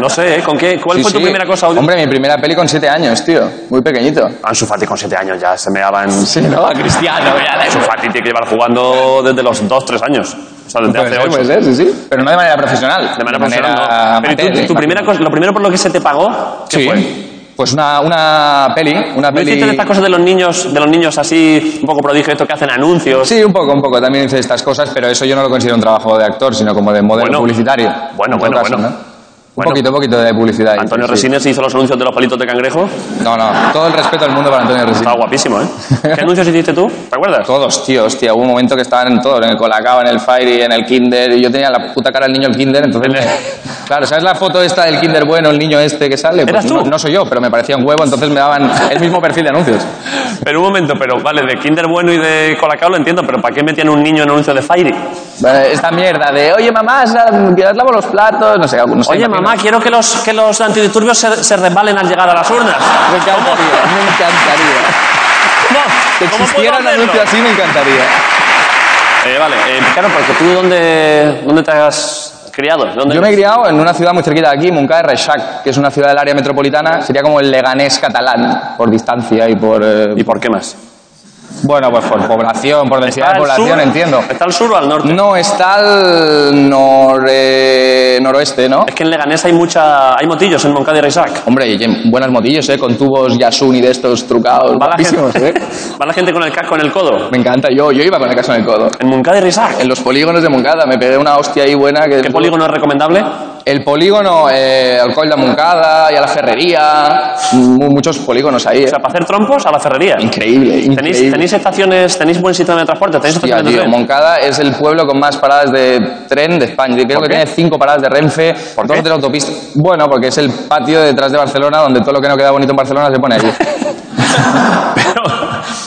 [SPEAKER 1] No sé, ¿eh? ¿Con qué? ¿Cuál
[SPEAKER 13] Sí,
[SPEAKER 1] fue tu
[SPEAKER 13] sí.
[SPEAKER 1] primera cosa?
[SPEAKER 13] Hombre, mi primera peli con 7 años, tío. Muy pequeñito.
[SPEAKER 1] Ansu Fati con 7 años ya se meaban.
[SPEAKER 13] Sí, ¿no? A Ah, Cristiano, ya la-
[SPEAKER 1] Ansu Fati tiene que llevar jugando desde los 2-3 años. O sea, desde
[SPEAKER 13] Puede
[SPEAKER 1] hace
[SPEAKER 13] ser,
[SPEAKER 1] 8.
[SPEAKER 13] puede ser, Pues, eh, sí, sí. Pero no de manera profesional.
[SPEAKER 1] De manera profesional, no. Pero tú- tu primera
[SPEAKER 13] cosa,
[SPEAKER 1] lo primero por lo que se te pagó,
[SPEAKER 13] sí. Pues una, una peli, una
[SPEAKER 1] ¿No
[SPEAKER 13] peli...
[SPEAKER 1] hiciste de estas cosas de los niños, de los niños así, un poco prodigio, esto que hacen anuncios?
[SPEAKER 13] Sí, un poco, un poco. También hice estas cosas, pero eso yo no lo considero un trabajo de actor, sino como de modelo
[SPEAKER 1] Bueno.
[SPEAKER 13] publicitario.
[SPEAKER 1] Bueno,
[SPEAKER 13] En todo
[SPEAKER 1] bueno,
[SPEAKER 13] caso,
[SPEAKER 1] bueno.
[SPEAKER 13] ¿no? Un poquito, un poquito de publicidad.
[SPEAKER 1] Antonio
[SPEAKER 13] Sí.
[SPEAKER 1] Resines hizo los anuncios de los palitos de cangrejo.
[SPEAKER 13] No, no. Todo el respeto del mundo para Antonio Resines.
[SPEAKER 1] Estaba guapísimo, ¿eh? ¿Qué anuncios hiciste tú? ¿Te acuerdas?
[SPEAKER 13] Todos, tío, hostia. Hubo un momento que estaban en todo, en el Colacao, en el Fairy, en el Kinder, y yo tenía la puta cara del niño del Kinder, entonces... me- Claro, ¿sabes la foto esta del Kinder bueno, el niño este que sale? Pues
[SPEAKER 1] ¿Eras
[SPEAKER 13] no,
[SPEAKER 1] tú?
[SPEAKER 13] no soy yo, pero me parecía un huevo, entonces me daban el mismo perfil de anuncios.
[SPEAKER 1] Pero un momento, pero vale, de Kinder Bueno y de Colacao lo entiendo, pero ¿para qué metían un niño en un anuncio de Fairy?
[SPEAKER 13] Vale, Esta mierda de, oye mamá, sal- que os lavo los platos, no sé, no sé,
[SPEAKER 1] Oye,
[SPEAKER 13] imagino.
[SPEAKER 1] mamá, quiero que los, que los antidisturbios se, se resbalen al llegar a las urnas.
[SPEAKER 13] Me encantaría, me encantaría. que
[SPEAKER 1] ¿cómo
[SPEAKER 13] existiera un
[SPEAKER 1] puedo hacerlo?
[SPEAKER 13] anuncio así me encantaría.
[SPEAKER 1] Eh, vale, eh, claro, porque tú dónde, dónde te has criado? ¿Dónde
[SPEAKER 13] Yo me he criado en una ciudad muy cerquita de aquí, Montcada de Reixac, que es una ciudad del área metropolitana, sería como el Leganés catalán, por distancia y por... eh,
[SPEAKER 1] ¿Y por qué más?
[SPEAKER 13] Bueno, pues por población, por densidad de
[SPEAKER 1] al
[SPEAKER 13] población,
[SPEAKER 1] sur?
[SPEAKER 13] entiendo.
[SPEAKER 1] ¿Está al sur o al norte?
[SPEAKER 13] No, está al nor- eh, noroeste, ¿no?
[SPEAKER 1] Es que en Leganés hay mucha, hay motillos en Moncada y Reixac.
[SPEAKER 13] Hombre, y en- buenos motillos, ¿eh? Con tubos Yasun y de estos trucados,
[SPEAKER 1] Va la,
[SPEAKER 13] guapísimos,
[SPEAKER 1] gente,
[SPEAKER 13] ¿eh?
[SPEAKER 1] va la gente con el casco en el codo.
[SPEAKER 13] Me encanta, yo, yo iba con el caso en el codo.
[SPEAKER 1] ¿En Moncada y Reixac?
[SPEAKER 13] En los polígonos de Moncada, me pegué una hostia ahí buena que...
[SPEAKER 1] ¿Qué polígono es recomendable?
[SPEAKER 13] El polígono, eh, al Coll de Moncada y a la Ferrería, mu- muchos polígonos ahí,
[SPEAKER 1] O
[SPEAKER 13] eh.
[SPEAKER 1] sea, para hacer trompos a la ferrería.
[SPEAKER 13] Increíble, increíble.
[SPEAKER 1] ¿Tenéis, tenéis estaciones, tenéis buen sistema de transporte? ¿Tenéis
[SPEAKER 13] Hostia,
[SPEAKER 1] estaciones de
[SPEAKER 13] tío,
[SPEAKER 1] tren?
[SPEAKER 13] Moncada es el pueblo con más paradas de tren de España. Creo
[SPEAKER 1] ¿Por
[SPEAKER 13] que
[SPEAKER 1] qué?
[SPEAKER 13] tiene cinco paradas de Renfe,
[SPEAKER 1] ¿Por
[SPEAKER 13] dos
[SPEAKER 1] qué?
[SPEAKER 13] de la autopista. Bueno, porque es el patio detrás de Barcelona donde todo lo que no queda bonito en Barcelona se pone allí.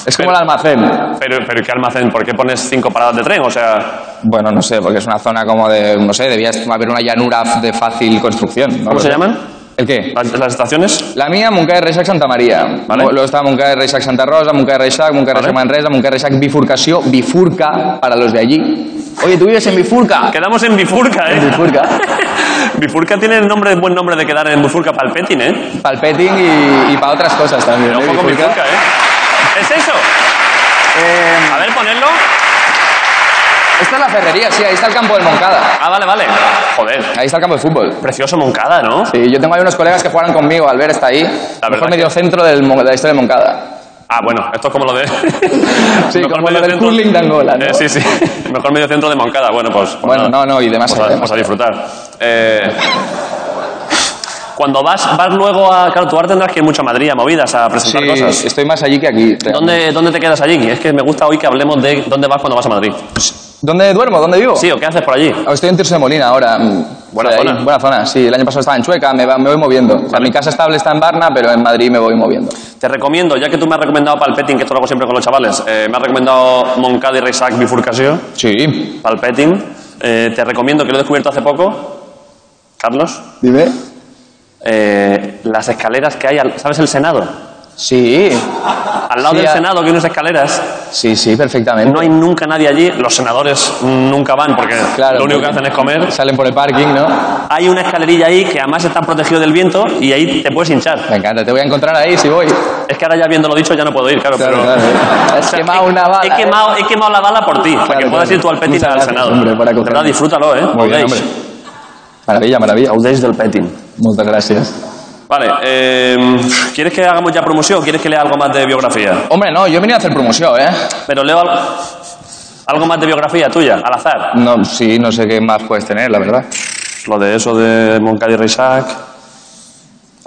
[SPEAKER 13] es como el almacén.
[SPEAKER 1] Pero, pero ¿qué almacén? ¿Por qué pones cinco paradas de tren? O sea,
[SPEAKER 13] Bueno, no sé, porque es una zona como de, no sé, debía haber una llanura de fácil construcción. ¿no?
[SPEAKER 1] ¿cómo
[SPEAKER 13] Lo
[SPEAKER 1] se
[SPEAKER 13] sé.
[SPEAKER 1] llaman?
[SPEAKER 13] ¿El qué?
[SPEAKER 1] ¿Las, las estaciones?
[SPEAKER 13] La mía, Moncada de Reixac Santa Maria.
[SPEAKER 1] Vale.
[SPEAKER 13] Luego está Moncada de Reixac Santa Rosa, Moncada de Reixac, Moncada de Reixac Manresa, Moncada de Reixac Bifurcació, Bifurca para los de allí. Oye, ¿tú vives en Bifurca?
[SPEAKER 1] Quedamos en Bifurca, ¿eh?
[SPEAKER 13] En Bifurca.
[SPEAKER 1] Bifurca tiene el nombre, buen nombre de quedar en Bifurca para el petting, ¿eh?
[SPEAKER 13] Para el petting y, y para otras cosas también.
[SPEAKER 1] Pero
[SPEAKER 13] ¿eh?
[SPEAKER 1] un poco
[SPEAKER 13] Bifurca.
[SPEAKER 1] Bifurca, ¿eh? ¿Es eso? A ver, ponerlo.
[SPEAKER 13] Eh, Esta es la ferrería, sí, ahí está el campo del Moncada.
[SPEAKER 1] Ah, vale, vale. Joder.
[SPEAKER 13] Ahí está el campo de fútbol.
[SPEAKER 1] Precioso Moncada, ¿no?
[SPEAKER 13] Sí, yo tengo ahí unos colegas que jugaron conmigo, Albert está ahí.
[SPEAKER 1] verdad
[SPEAKER 13] Mejor medio centro del, Mon- de la historia de Moncada.
[SPEAKER 1] Ah, bueno, esto es como lo de.
[SPEAKER 13] Sí,
[SPEAKER 1] Mejor
[SPEAKER 13] como lo del
[SPEAKER 1] mediocentro-
[SPEAKER 13] curling de Angola, ¿no?
[SPEAKER 1] Eh, sí, sí. Mejor medio centro de Moncada. Bueno, pues. pues
[SPEAKER 13] Bueno,
[SPEAKER 1] nada.
[SPEAKER 13] no, no, y demás.
[SPEAKER 1] Vamos a,
[SPEAKER 13] eh.
[SPEAKER 1] vamos a disfrutar. Eh, cuando vas, vas luego a. Claro, tú ahora tendrás que ir mucho a Madrid a movidas a presentar
[SPEAKER 13] Sí, este-
[SPEAKER 1] cosas.
[SPEAKER 13] estoy más allí que aquí. realmente.
[SPEAKER 1] ¿Dónde, ¿Dónde te quedas allí? Es que me gusta hoy que hablemos de dónde vas cuando vas a Madrid.
[SPEAKER 13] ¿Dónde duermo? ¿Dónde vivo?
[SPEAKER 1] Sí, o qué haces por allí.
[SPEAKER 13] Ah, Estoy en Tirso de Molina ahora.
[SPEAKER 1] Buena
[SPEAKER 13] Estoy ahí,
[SPEAKER 1] zona.
[SPEAKER 13] Buena zona, sí. El año pasado estaba en Chueca, me, va- me voy moviendo. O sea, mi casa estable está en Barna, pero en Madrid me voy moviendo.
[SPEAKER 1] Te recomiendo, ya que tú me has recomendado Palpetín, que esto lo hago siempre con los chavales, eh, me has recomendado Moncada y Reisac Bifurcación.
[SPEAKER 13] Sí.
[SPEAKER 1] Palpetín. Eh, te recomiendo, que lo he descubierto hace poco, Carlos,
[SPEAKER 13] Dime.
[SPEAKER 1] eh, las escaleras que hay, al- ¿sabes el Senado?
[SPEAKER 13] Sí.
[SPEAKER 1] Al lado
[SPEAKER 13] Sí,
[SPEAKER 1] del
[SPEAKER 13] a-
[SPEAKER 1] Senado que hay unas escaleras.
[SPEAKER 13] Sí, sí, perfectamente.
[SPEAKER 1] No hay nunca nadie allí, los senadores nunca van porque
[SPEAKER 13] Claro,
[SPEAKER 1] lo único que
[SPEAKER 13] porque
[SPEAKER 1] hacen es comer.
[SPEAKER 13] Salen por el parking, ¿no?
[SPEAKER 1] Hay una escalerilla ahí que además está protegido del viento y ahí te puedes hinchar.
[SPEAKER 13] Me encanta, te voy a encontrar ahí si voy.
[SPEAKER 1] Es que ahora ya viéndolo dicho ya no puedo ir, claro,
[SPEAKER 13] Claro,
[SPEAKER 1] pero...
[SPEAKER 13] claro. Has
[SPEAKER 1] O sea,
[SPEAKER 13] quemado
[SPEAKER 1] he-
[SPEAKER 13] una bala.
[SPEAKER 1] He
[SPEAKER 13] ¿eh?
[SPEAKER 1] quemado, he quemado la bala por ti, para
[SPEAKER 13] Claro,
[SPEAKER 1] que puedas
[SPEAKER 13] claro.
[SPEAKER 1] ir tú al Petin
[SPEAKER 13] Muchas
[SPEAKER 1] al
[SPEAKER 13] gracias,
[SPEAKER 1] Senado.
[SPEAKER 13] hombre, por
[SPEAKER 1] De verdad,
[SPEAKER 13] acogerme.
[SPEAKER 1] disfrútalo, ¿eh?
[SPEAKER 13] Muy bien,
[SPEAKER 1] Gaudeix.
[SPEAKER 13] hombre. Maravilla, maravilla.
[SPEAKER 1] Gaudeix del Petin.
[SPEAKER 13] Muchas gracias.
[SPEAKER 1] Vale, eh, ¿quieres que hagamos ya promoción o quieres que lea algo más de biografía?
[SPEAKER 13] Hombre, no, yo venía a hacer promoción, ¿eh?
[SPEAKER 1] Pero leo algo, algo más de biografía tuya, al azar.
[SPEAKER 13] No, sí, no sé qué más puedes tener, la verdad.
[SPEAKER 1] Lo de eso de Moncada y Reisac.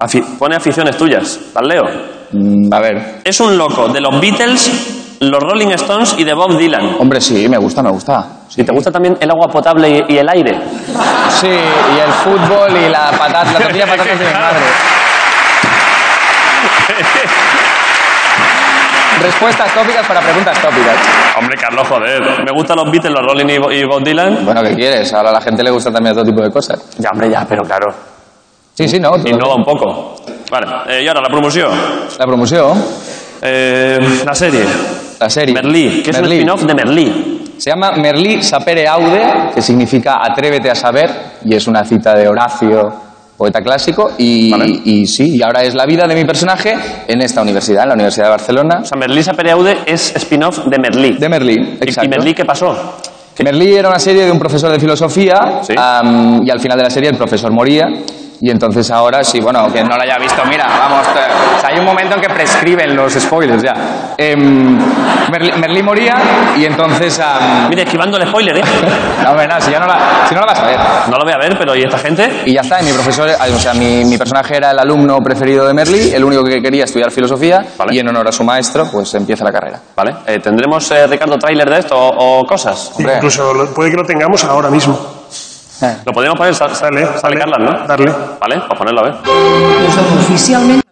[SPEAKER 1] Afi- pone aficiones tuyas, las leo.
[SPEAKER 13] mm, a ver.
[SPEAKER 1] Es un loco de los Beatles, los Rolling Stones y de Bob Dylan.
[SPEAKER 13] Hombre, sí, me gusta, me gusta.
[SPEAKER 1] ¿Y te gusta también el agua potable y, y el aire?
[SPEAKER 13] Sí, y el fútbol y la patata, la tortilla de patatas de mi madre. Respuestas tópicas para preguntas tópicas.
[SPEAKER 1] Hombre, Carlos, joder. Me gustan los Beatles, los Rolling y Bo- y Bob Dylan.
[SPEAKER 13] Bueno, ¿qué quieres? Ahora a la gente le gusta también todo tipo de cosas.
[SPEAKER 1] Ya, hombre, ya, pero claro.
[SPEAKER 13] Sí, sí, no. todo.
[SPEAKER 1] Innova un poco. Vale, eh, y ahora la promoción.
[SPEAKER 13] La promoción.
[SPEAKER 1] Eh, la serie.
[SPEAKER 13] La serie.
[SPEAKER 1] Merlí, que es
[SPEAKER 13] Merlí.
[SPEAKER 1] un spin-off de Merlí.
[SPEAKER 13] Se llama Merlí Sapere Aude, que significa atrévete a saber, y es una cita de Horacio, poeta clásico, y, y sí, y ahora es la vida de mi personaje en esta universidad, en la Universidad de Barcelona.
[SPEAKER 1] O sea, Merlí Saperiaude es spin-off de Merlí.
[SPEAKER 13] De Merlí,
[SPEAKER 1] ¿Y,
[SPEAKER 13] exacto.
[SPEAKER 1] y Merlí qué pasó?
[SPEAKER 13] Merlí era una serie de un profesor de filosofía am, y al final de la serie el profesor moría y entonces ahora sí, bueno, que no la haya visto, mira, vamos, te- o sea, hay un momento en que prescriben los spoilers ya. Em, Merlí, Merlí moría y entonces... am,
[SPEAKER 1] Mira, esquivando el spoiler, ¿eh?
[SPEAKER 13] no, hombre, nada, si, ya no la, si no la vas a ver.
[SPEAKER 1] No lo voy a ver, pero ¿y esta gente?
[SPEAKER 13] Y ya está, y mi profesor, o sea, mi, mi personaje era el alumno preferido de Merlí, el único que quería estudiar filosofía y en honor a su maestro, pues empieza la carrera.
[SPEAKER 1] Vale, eh, ¿tendremos, eh, Ricardo, tráiler de esto o, o cosas?
[SPEAKER 20] Sí, incluso lo- puede que lo tengamos ahora mismo.
[SPEAKER 1] Lo podemos poner, sale, sale, Carlas, ¿no?
[SPEAKER 20] Darle.
[SPEAKER 1] Vale, vamos a ponerlo a ver.
[SPEAKER 4] Oficialmente.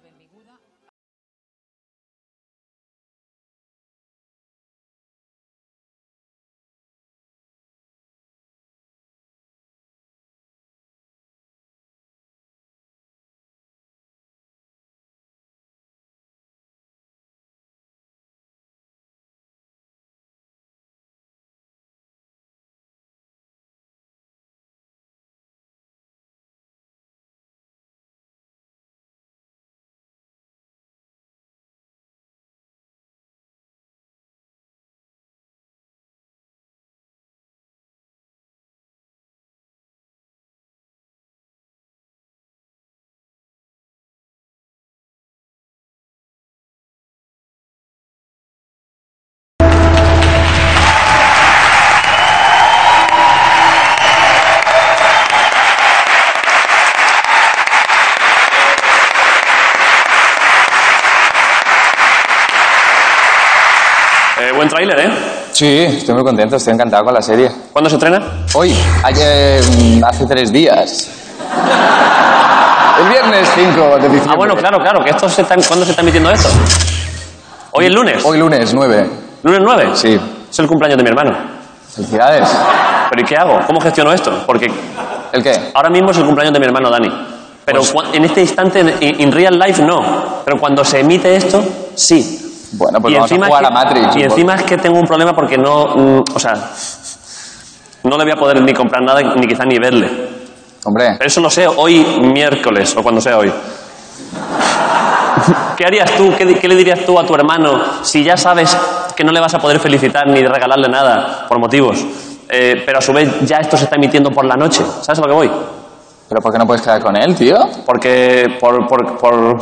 [SPEAKER 1] Eh, buen tráiler, ¿eh?
[SPEAKER 13] Sí, estoy muy contento, estoy encantado con la serie.
[SPEAKER 1] ¿Cuándo se estrena?
[SPEAKER 13] Hoy, ayer, mm, hace tres días. El viernes 5 de diciembre.
[SPEAKER 1] Ah, bueno, claro, claro, que esto se está, ¿cuándo se está emitiendo esto? Hoy es lunes.
[SPEAKER 13] Hoy lunes 9.
[SPEAKER 1] ¿Lunes 9?
[SPEAKER 13] Sí.
[SPEAKER 1] Es el cumpleaños de mi hermano.
[SPEAKER 13] Felicidades.
[SPEAKER 1] ¿Pero y qué hago? ¿Cómo gestiono esto? Porque
[SPEAKER 13] ¿El qué? Pues-
[SPEAKER 1] ahora mismo es el cumpleaños de mi hermano Dani. Pero cua- en este instante, en in, in real life, no. Pero cuando se emite esto, sí.
[SPEAKER 13] Bueno, pues
[SPEAKER 1] Y
[SPEAKER 13] vamos a
[SPEAKER 1] encima
[SPEAKER 13] jugar
[SPEAKER 1] que-
[SPEAKER 13] a
[SPEAKER 1] Y
[SPEAKER 13] Matrix. un poco.
[SPEAKER 1] encima es que tengo un problema porque no. mm, o sea. No le voy a poder ni comprar nada, ni quizá ni verle.
[SPEAKER 13] Hombre,
[SPEAKER 1] Pero eso lo sé hoy, miércoles, o cuando sea hoy. ¿Qué harías tú? ¿Qué, di- qué le dirías tú a tu hermano si ya sabes que no le vas a poder felicitar ni regalarle nada por motivos? Eh, pero a su vez ya esto se está emitiendo por la noche. ¿Sabes a lo que voy?
[SPEAKER 13] ¿pero por qué no puedes quedar con él, tío?
[SPEAKER 1] Porque, por, por, por-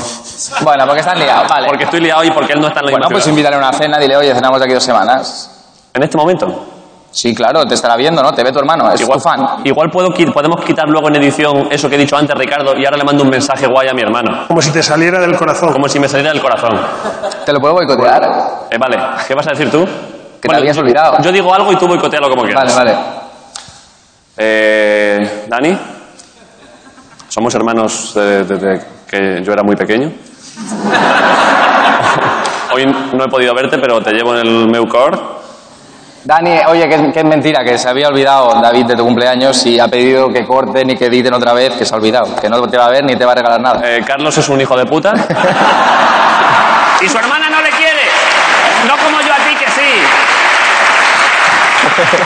[SPEAKER 13] Bueno, porque estás liado, vale.
[SPEAKER 1] porque estoy liado y porque él no está en la
[SPEAKER 13] Bueno,
[SPEAKER 1] misma
[SPEAKER 13] pues
[SPEAKER 1] ciudad.
[SPEAKER 13] invítale a una cena, dile, oye, cenamos de aquí dos semanas.
[SPEAKER 1] En este momento.
[SPEAKER 13] Sí, claro, te estará viendo, ¿no? Te ve tu hermano, es tu fan.
[SPEAKER 1] Igual puedo, qui- podemos quitar luego en edición eso que he dicho antes, Ricardo, y ahora le mando un mensaje guay a mi hermano.
[SPEAKER 20] Como si te saliera del corazón.
[SPEAKER 1] Como si me saliera del corazón.
[SPEAKER 13] ¿Te lo puedo boicotear?
[SPEAKER 1] Eh, vale, ¿qué vas a decir tú?
[SPEAKER 13] Que te habías olvidado.
[SPEAKER 1] Yo digo algo y tú boicotealo como quieras.
[SPEAKER 13] Vale, vale.
[SPEAKER 1] Eh, Dani, somos hermanos eh, desde que yo era muy pequeño. Hoy no he podido verte, pero te llevo en el meu cor.
[SPEAKER 13] Dani, oye, que, que es mentira, que se había olvidado David de tu cumpleaños y ha pedido que corten y que editen otra vez, que se ha olvidado, que no te va a ver ni te va a regalar nada.
[SPEAKER 1] Eh, Carlos es un hijo de puta. y su hermana no le quiere. No como yo a ti que sí.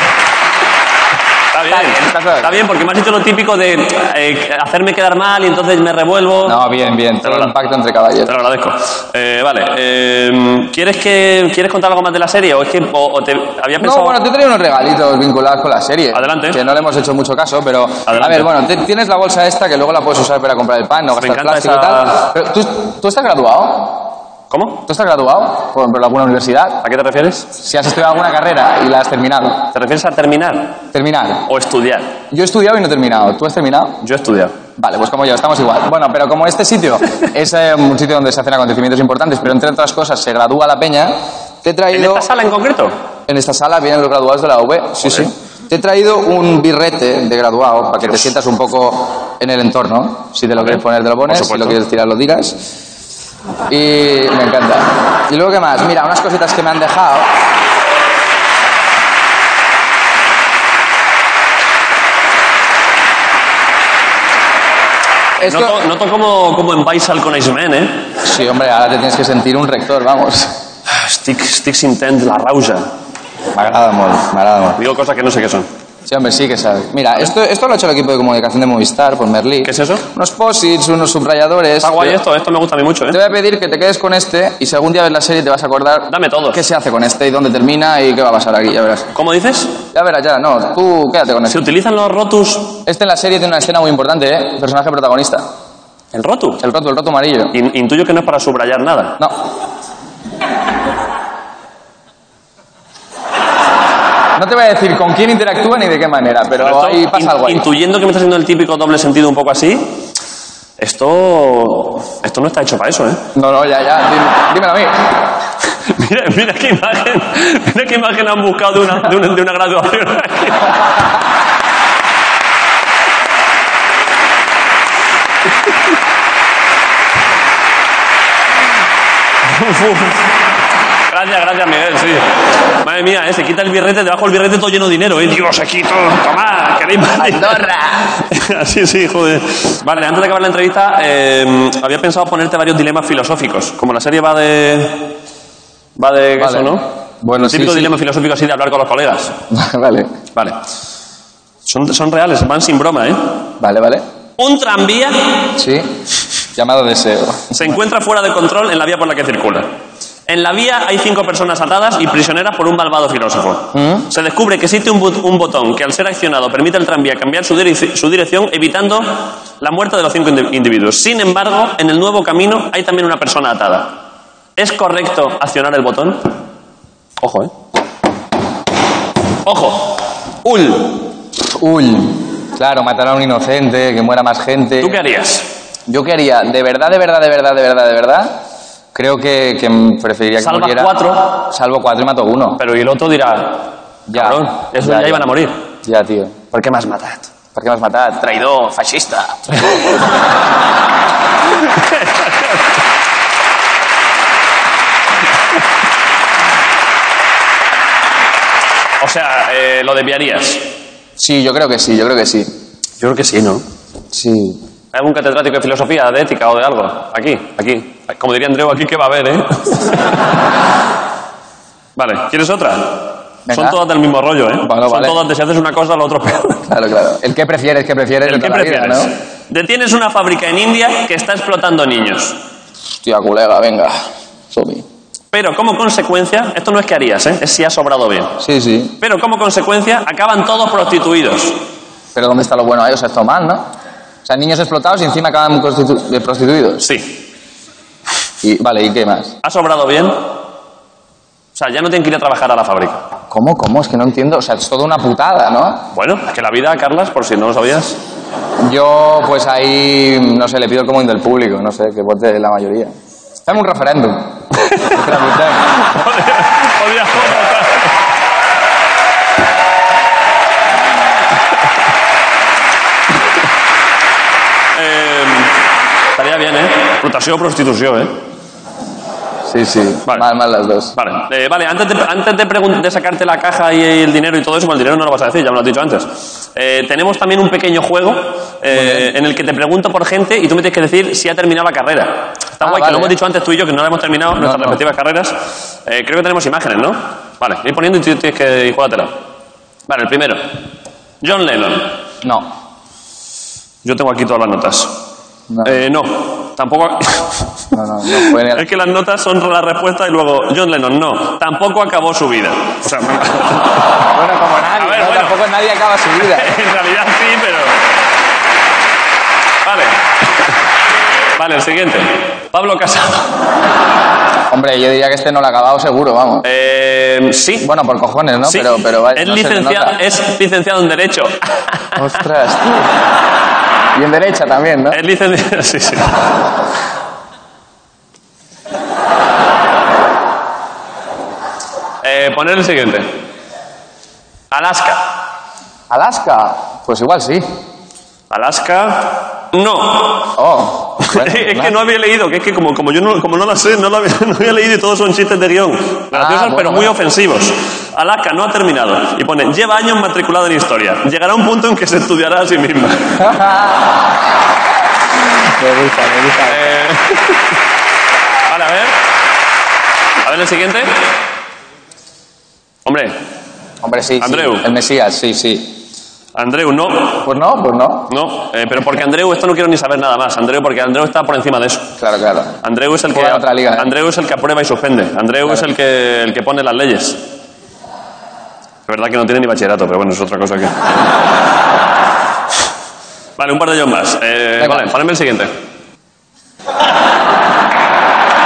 [SPEAKER 1] Está bien, está bien, porque me has dicho lo típico de eh, hacerme quedar mal y entonces me revuelvo. No,
[SPEAKER 13] bien, bien. Todo el pacto entre caballeros.
[SPEAKER 1] Te lo agradezco. Eh, vale. eh, ¿quieres, que, ¿Quieres contar algo más de la serie? ¿O es que o- o te, había pensado...
[SPEAKER 13] No, bueno, te traigo unos regalitos vinculados con la serie. Adelante. Que no le hemos hecho mucho caso, pero. A ver, bueno, te- tienes la bolsa esta que luego la puedes usar para comprar el pan, Ah, no
[SPEAKER 1] Me
[SPEAKER 13] gastar
[SPEAKER 1] encanta
[SPEAKER 13] plástico y
[SPEAKER 1] esa-
[SPEAKER 13] tal. Pero, ¿tú, tú estás graduado?
[SPEAKER 1] ¿Cómo?
[SPEAKER 13] ¿Tú estás graduado por, por alguna universidad?
[SPEAKER 1] ¿A qué te refieres?
[SPEAKER 13] Si has estudiado alguna carrera y la has terminado.
[SPEAKER 1] ¿Te refieres a terminar?
[SPEAKER 13] Terminar.
[SPEAKER 1] ¿O estudiar?
[SPEAKER 13] Yo he estudiado y no he terminado. ¿Tú has terminado?
[SPEAKER 1] Yo he estudiado.
[SPEAKER 13] Vale, pues como yo, estamos igual. Bueno, pero como este sitio es eh, un sitio donde se hacen acontecimientos importantes, pero entre otras cosas se gradúa la peña, te he traído... ¿En esta
[SPEAKER 1] sala en concreto?
[SPEAKER 13] En esta sala vienen los graduados de la UB, sí, sí. Te he traído un birrete de graduado para que te sientas un poco en el entorno. Si te lo quieres poner, te lo pones. Si lo quieres tirar, lo tiras. Y me encanta. Y luego, ¿qué más? Mira, unas cositas que me han dejado.
[SPEAKER 1] Noto, noto como, como en Baisal con Iceman, ¿eh?
[SPEAKER 13] Sí, hombre, ahora te tienes que sentir un rector, vamos.
[SPEAKER 1] Estic, estic sentint la rausa.
[SPEAKER 13] M'agrada molt, m'agrada molt.
[SPEAKER 1] Digo cosas que no sé qué son.
[SPEAKER 13] Sí, hombre, sí que sabes. Mira, esto, esto lo ha hecho el equipo de comunicación de Movistar por Merlí. ¿Qué es eso? Unos posits, unos subrayadores.
[SPEAKER 1] Está guay esto, esto me gusta a mí mucho, ¿eh?
[SPEAKER 13] Te voy a pedir que te quedes con este y si algún día ves la serie te vas a acordar. Dame todo. ¿Qué se hace con este y dónde termina y qué va a pasar aquí? Ya verás.
[SPEAKER 1] ¿Cómo dices?
[SPEAKER 13] Ya verás, ya, no, tú quédate con este.
[SPEAKER 1] ¿Se utilizan los rotus?
[SPEAKER 13] Este en la serie tiene una escena muy importante, ¿eh? El personaje protagonista.
[SPEAKER 1] ¿El rotu?
[SPEAKER 13] El rotu, el rotu amarillo.
[SPEAKER 1] intuyo que no es para subrayar nada.
[SPEAKER 13] No. No te voy a decir con quién interactúa ni de qué manera, pero,
[SPEAKER 1] Pero esto,
[SPEAKER 13] ahí pasa
[SPEAKER 1] in-
[SPEAKER 13] algo ahí.
[SPEAKER 1] Intuyendo que me está haciendo el típico doble sentido un poco así, esto, esto no está hecho para eso, ¿eh?
[SPEAKER 13] No, no, ya, ya, dí- dímelo a mí.
[SPEAKER 1] mira, mira qué imagen, mira qué imagen han buscado de una, de una, de una graduación. Gracias, gracias, Miguel, sí. Madre mía, eh, se quita el birrete, debajo el birrete todo lleno de dinero, eh. Dios, aquí todo, tomad, queréis más dinero. Así sí, joder. Vale, antes de acabar la entrevista, eh, había pensado ponerte varios dilemas filosóficos. Como la serie va de. va de eso, ¿no?
[SPEAKER 13] Bueno, sí,
[SPEAKER 1] Típico
[SPEAKER 13] sí.
[SPEAKER 1] dilema filosófico así de hablar con los colegas.
[SPEAKER 13] vale.
[SPEAKER 1] Vale. Son, son reales, van sin broma, ¿eh?
[SPEAKER 13] Vale, vale.
[SPEAKER 1] Un tranvía
[SPEAKER 13] Sí. Llamado deseo.
[SPEAKER 1] se encuentra fuera de control en la vía por la que circula. En la vía hay cinco personas atadas y prisioneras por un malvado filósofo.
[SPEAKER 13] ¿Mm?
[SPEAKER 1] Se descubre que existe un, bu- un botón que al ser accionado permite al tranvía cambiar su, direc- su dirección evitando la muerte de los cinco indi- individuos. Sin embargo, en el nuevo camino hay también una persona atada. ¿Es correcto accionar el botón? Ojo, ¿eh? Ojo. Ul.
[SPEAKER 13] Uy. Claro, matar a un inocente, que muera más gente.
[SPEAKER 1] ¿Tú qué harías?
[SPEAKER 13] Yo qué haría, de verdad, de verdad, de verdad, de verdad, de verdad. Creo que, que preferiría
[SPEAKER 1] Salvas
[SPEAKER 13] que muriera.
[SPEAKER 1] cuatro.
[SPEAKER 13] Salvo cuatro y mato uno.
[SPEAKER 1] Pero y el otro dirá,
[SPEAKER 13] Ya.
[SPEAKER 1] cabrón, esos ya iban a morir.
[SPEAKER 13] Ya, tío.
[SPEAKER 1] ¿por qué me has matado?
[SPEAKER 13] ¿Por qué me has matado? Traidor, fascista.
[SPEAKER 1] O sea, eh, lo desviarías.
[SPEAKER 13] Sí, yo creo que sí, yo creo que sí.
[SPEAKER 1] Yo creo que sí, ¿no?
[SPEAKER 13] Sí.
[SPEAKER 1] ¿Hay algún catedrático de filosofía, de ética o de algo? Aquí, aquí. Como diría Andreu, aquí que va a haber, ¿eh? vale, ¿quieres otra?
[SPEAKER 13] Venga.
[SPEAKER 1] Son todas del mismo rollo, ¿eh?
[SPEAKER 13] Vale,
[SPEAKER 1] Son
[SPEAKER 13] vale.
[SPEAKER 1] todas de si haces una cosa, lo otro peor.
[SPEAKER 13] Claro, claro. El que prefieres, que prefieres de
[SPEAKER 1] ¿Qué
[SPEAKER 13] toda la vida,
[SPEAKER 1] prefieres?
[SPEAKER 13] ¿no?
[SPEAKER 1] Detienes una fábrica en India que está explotando niños.
[SPEAKER 13] Hostia, colega, venga. Somi.
[SPEAKER 1] Pero como consecuencia, esto no es que harías, ¿eh? es si ha sobrado bien.
[SPEAKER 13] Sí, sí.
[SPEAKER 1] Pero como consecuencia, acaban todos prostituidos.
[SPEAKER 13] Pero ¿dónde está lo bueno? Ahí, o sea, esto mal, ¿no? O sea, niños explotados y encima acaban prostitu- de prostituidos.
[SPEAKER 1] Sí.
[SPEAKER 13] Y, vale, ¿y qué más?
[SPEAKER 1] ¿Ha sobrado bien? O sea, ya no tienen que ir a trabajar a la fábrica.
[SPEAKER 13] ¿Cómo, cómo? Es que no entiendo. O sea, es toda una putada, ¿no?
[SPEAKER 1] Bueno, es que la vida, Carlas, por si no lo sabías.
[SPEAKER 13] Yo, pues ahí, no sé, le pido el común del público, no sé, que vote la mayoría. Está en un referéndum.
[SPEAKER 1] Eh, estaría bien, ¿eh? Explotació o prostitució, ¿eh?
[SPEAKER 13] Sí, sí. Mal, mal las dos.
[SPEAKER 1] Vale, eh, vale antes, de, antes de, pregun- de sacarte la caja y el dinero y todo eso, bueno, el dinero no lo vas a decir, ya me lo has dicho antes. Eh, tenemos también un pequeño juego eh, en el que te pregunto por gente y tú me tienes que decir si ha terminado la carrera. Está
[SPEAKER 13] Ah,
[SPEAKER 1] guay, que
[SPEAKER 13] vale.
[SPEAKER 1] lo hemos dicho antes tú y yo, que no la hemos terminado, nuestras respectivas carreras. Eh, creo que tenemos imágenes, ¿no? Vale, ir poniendo y tú tienes que ir jugándotela. Vale, el primero. John Lennon.
[SPEAKER 13] No.
[SPEAKER 1] Yo tengo aquí todas las notas. No. Eh, no. Tampoco.
[SPEAKER 13] No, no, no fue en el-
[SPEAKER 1] Es que las notas son la respuesta y luego John Lennon, no. Tampoco acabó su vida. O sea,
[SPEAKER 13] Bueno, como nadie, ¿no? tampoco nadie acaba su vida.
[SPEAKER 1] en realidad sí, pero. Vale. Vale, el siguiente. Pablo Casado.
[SPEAKER 13] Hombre, yo diría que este no lo ha acabado seguro, vamos.
[SPEAKER 1] Eh, sí.
[SPEAKER 13] Bueno, por cojones, ¿no?
[SPEAKER 1] Sí.
[SPEAKER 13] Pero, pero vaya,
[SPEAKER 1] es,
[SPEAKER 13] no se le
[SPEAKER 1] licenciado, eh.
[SPEAKER 13] nota.
[SPEAKER 1] es licenciado en Derecho.
[SPEAKER 13] Ostras, tío. Y en derecha también, ¿no?
[SPEAKER 1] Es licenciado. Sí, sí. Eh, poner el siguiente. Alaska.
[SPEAKER 13] Alaska. Pues igual sí.
[SPEAKER 1] Alaska. No.
[SPEAKER 13] Oh.
[SPEAKER 1] es que no había leído, que es que como, como yo no, como no la sé, no la había, no había leído y todos son chistes de guión. Graciosos,
[SPEAKER 13] Ah,
[SPEAKER 1] pero muy ofensivos. Alaska no ha terminado. Y pone, lleva años matriculado en historia. Llegará un punto en que se estudiará a sí misma.
[SPEAKER 13] Me gusta, me gusta.
[SPEAKER 1] Eh, Vale, a ver. A ver el siguiente. Hombre.
[SPEAKER 13] Hombre, sí. sí.
[SPEAKER 1] Andreu.
[SPEAKER 13] El Mesías, sí, sí.
[SPEAKER 1] Andreu, no.
[SPEAKER 13] Pues no, pues no.
[SPEAKER 1] No, eh, pero porque Andreu, esto no quiero ni saber nada más. Andreu, porque Andreu está por encima de eso.
[SPEAKER 13] Claro, claro.
[SPEAKER 1] Andreu es el que,
[SPEAKER 13] ¿eh?
[SPEAKER 1] Andreu es el que aprueba y suspende. Andreu es el que, el que pone las leyes. Es verdad que no tiene ni bachillerato, pero bueno, es otra cosa que. Vale, un par de ellos más. Eh, vale, ponedme el siguiente.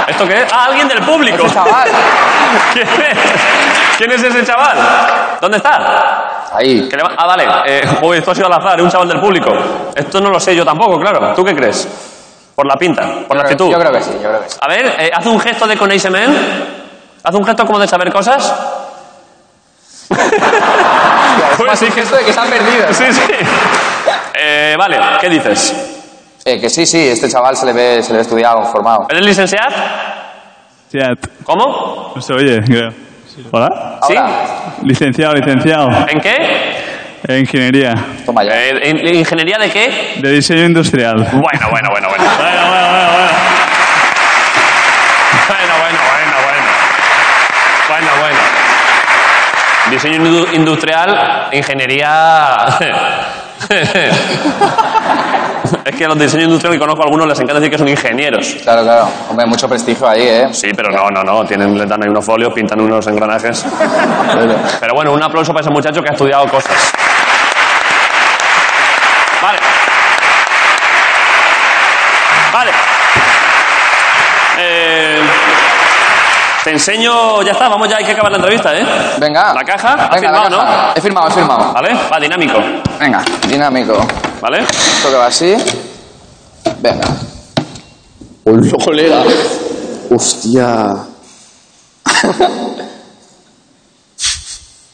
[SPEAKER 1] ¿Esto qué es? ¡Ah, alguien del público!
[SPEAKER 13] Este chaval.
[SPEAKER 1] ¿Quién es? ¿Quién es ese chaval? ¿Dónde está?
[SPEAKER 13] Ahí.
[SPEAKER 1] Ah, vale. Eh, uy, esto ha sido al azar, es un chaval del público. Esto no lo sé yo tampoco, claro. ¿Tú qué crees? Por la pinta, por la actitud.
[SPEAKER 13] Yo creo que sí, yo creo que sí.
[SPEAKER 1] A ver, eh, haz un gesto de con ese man. Haz un gesto como de saber cosas. pues sí, gesto
[SPEAKER 13] de que se ha perdido.
[SPEAKER 1] Sí, sí. Eh, vale, ¿qué dices?
[SPEAKER 13] Eh, que sí, sí, este chaval se le ve, se le ve estudiado, formado.
[SPEAKER 1] ¿Eres licenciado? ¿Cómo?
[SPEAKER 2] No se oye, creo. ¿Hola?
[SPEAKER 1] ¿Sí?
[SPEAKER 2] Licenciado, licenciado.
[SPEAKER 1] ¿En qué?
[SPEAKER 2] En ingeniería.
[SPEAKER 13] Toma
[SPEAKER 1] Eh, ¿en- en ¿Ingeniería de qué?
[SPEAKER 2] De diseño industrial.
[SPEAKER 1] Bueno, bueno, bueno, bueno. Bueno, bueno, bueno, bueno. Bueno, bueno, bueno, bueno. Bueno, bueno. Diseño indu- industrial, ingeniería. es que a los diseños industriales que conozco a algunos les encanta decir que son ingenieros.
[SPEAKER 13] Claro, claro. Hombre, mucho prestigio ahí, ¿eh?
[SPEAKER 1] Sí, pero no, no, no. Tienen, le dan ahí unos folios, pintan unos engranajes. Pero bueno, un aplauso para ese muchacho que ha estudiado cosas. Vale. Vale. Eh, te enseño, ya está, vamos ya, hay que acabar la entrevista, ¿eh?
[SPEAKER 13] Venga.
[SPEAKER 1] La caja, has
[SPEAKER 13] Venga,
[SPEAKER 1] firmado,
[SPEAKER 13] la caja.
[SPEAKER 1] ¿no?
[SPEAKER 13] He firmado, he firmado.
[SPEAKER 1] Vale, va dinámico,
[SPEAKER 13] Venga, dinámico.
[SPEAKER 1] ¿vale?
[SPEAKER 13] Esto que va así. Venga. Hola, colega. Hostia.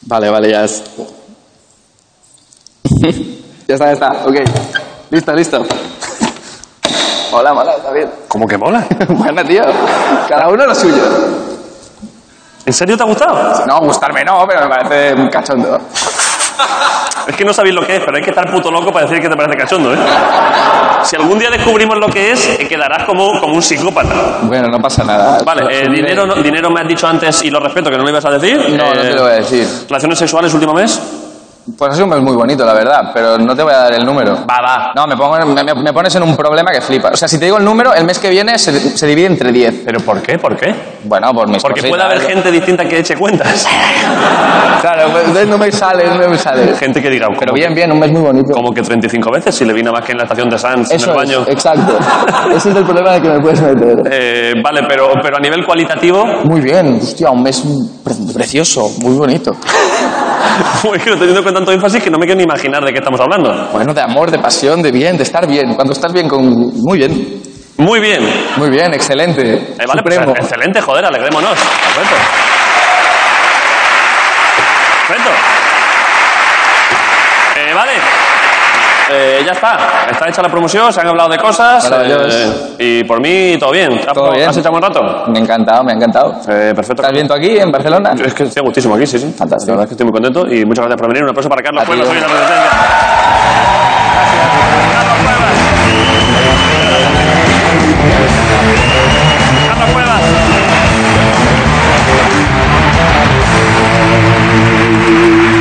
[SPEAKER 13] vale, vale, ya es. ya está, ya está. Ok. Listo, listo. Hola, mola, está bien.
[SPEAKER 1] ¿Cómo que mola?
[SPEAKER 13] bueno, tío. Cada uno lo suyo.
[SPEAKER 1] ¿En serio te ha gustado?
[SPEAKER 13] No, gustarme no, pero me parece un cachondo.
[SPEAKER 1] Es que no sabéis lo que es, pero hay que estar puto loco para decir que te parece cachondo, ¿eh? Si algún día descubrimos lo que es, eh, quedarás como, como un psicópata.
[SPEAKER 13] Bueno, no pasa nada.
[SPEAKER 1] Vale, eh, dinero, no- dinero me has dicho antes y lo respeto, que no lo ibas a decir.
[SPEAKER 13] No, no
[SPEAKER 1] Eh,
[SPEAKER 13] te lo voy a decir.
[SPEAKER 1] ¿Relaciones sexuales último mes?
[SPEAKER 13] Pues ha sido un mes muy bonito, la verdad, pero no te voy a dar el número.
[SPEAKER 1] Va, va.
[SPEAKER 13] No, me, pongo- me- me- me pones en un problema que flipa. O sea, si te digo el número, el mes que viene se, se divide entre 10.
[SPEAKER 1] ¿Pero por qué? ¿Por qué?
[SPEAKER 13] Bueno, por mis
[SPEAKER 1] Porque
[SPEAKER 13] cositas.
[SPEAKER 1] puede haber gente distinta que eche cuentas.
[SPEAKER 13] Claro, pues, entonces no me sale, no me sale.
[SPEAKER 1] Gente que diga... "¿Cómo
[SPEAKER 13] Pero
[SPEAKER 1] que-
[SPEAKER 13] bien, bien, un mes muy bonito.
[SPEAKER 1] Como que 35 veces, si le vino más que en la estación de Sanz, en
[SPEAKER 13] Eso
[SPEAKER 1] el
[SPEAKER 13] es,
[SPEAKER 1] baño.
[SPEAKER 13] exacto. Ese es el problema en el que me puedes meter.
[SPEAKER 1] Eh, vale, pero, pero a nivel cualitativo...
[SPEAKER 13] Muy bien, hostia, un mes pre- precioso, muy bonito.
[SPEAKER 1] Es que lo estoy diciendo con tanto énfasis que no me quiero ni imaginar de qué estamos hablando.
[SPEAKER 13] Bueno, de amor, de pasión, de bien, de estar bien. Cuando estás bien con... Muy bien,
[SPEAKER 1] Muy bien.
[SPEAKER 13] muy bien, excelente.
[SPEAKER 1] Eh, vale, pues,
[SPEAKER 13] supremo.
[SPEAKER 1] excelente, joder, alegrémonos. Perfecto. Perfecto. Eh, vale. Eh, ya está. Está hecha la promoción, se han hablado de cosas.
[SPEAKER 13] Maravilloso.
[SPEAKER 1] eh, y por mí, todo bien. ¿Has-
[SPEAKER 13] Todo bien.
[SPEAKER 1] ¿Has echado un rato?
[SPEAKER 13] Me ha encantado, me ha encantado.
[SPEAKER 1] eh, perfecto.
[SPEAKER 13] ¿Estás bien tú aquí, en Barcelona?
[SPEAKER 1] Es que estoy a gustísimo aquí, sí, sí.
[SPEAKER 13] Fantástico.
[SPEAKER 1] La verdad es que estoy muy contento y muchas gracias por venir. Un aplauso para Carlos
[SPEAKER 13] A ti,
[SPEAKER 1] Cuevas, hoy en la presencia. Carlos Cuevas. Carlos Cuevas.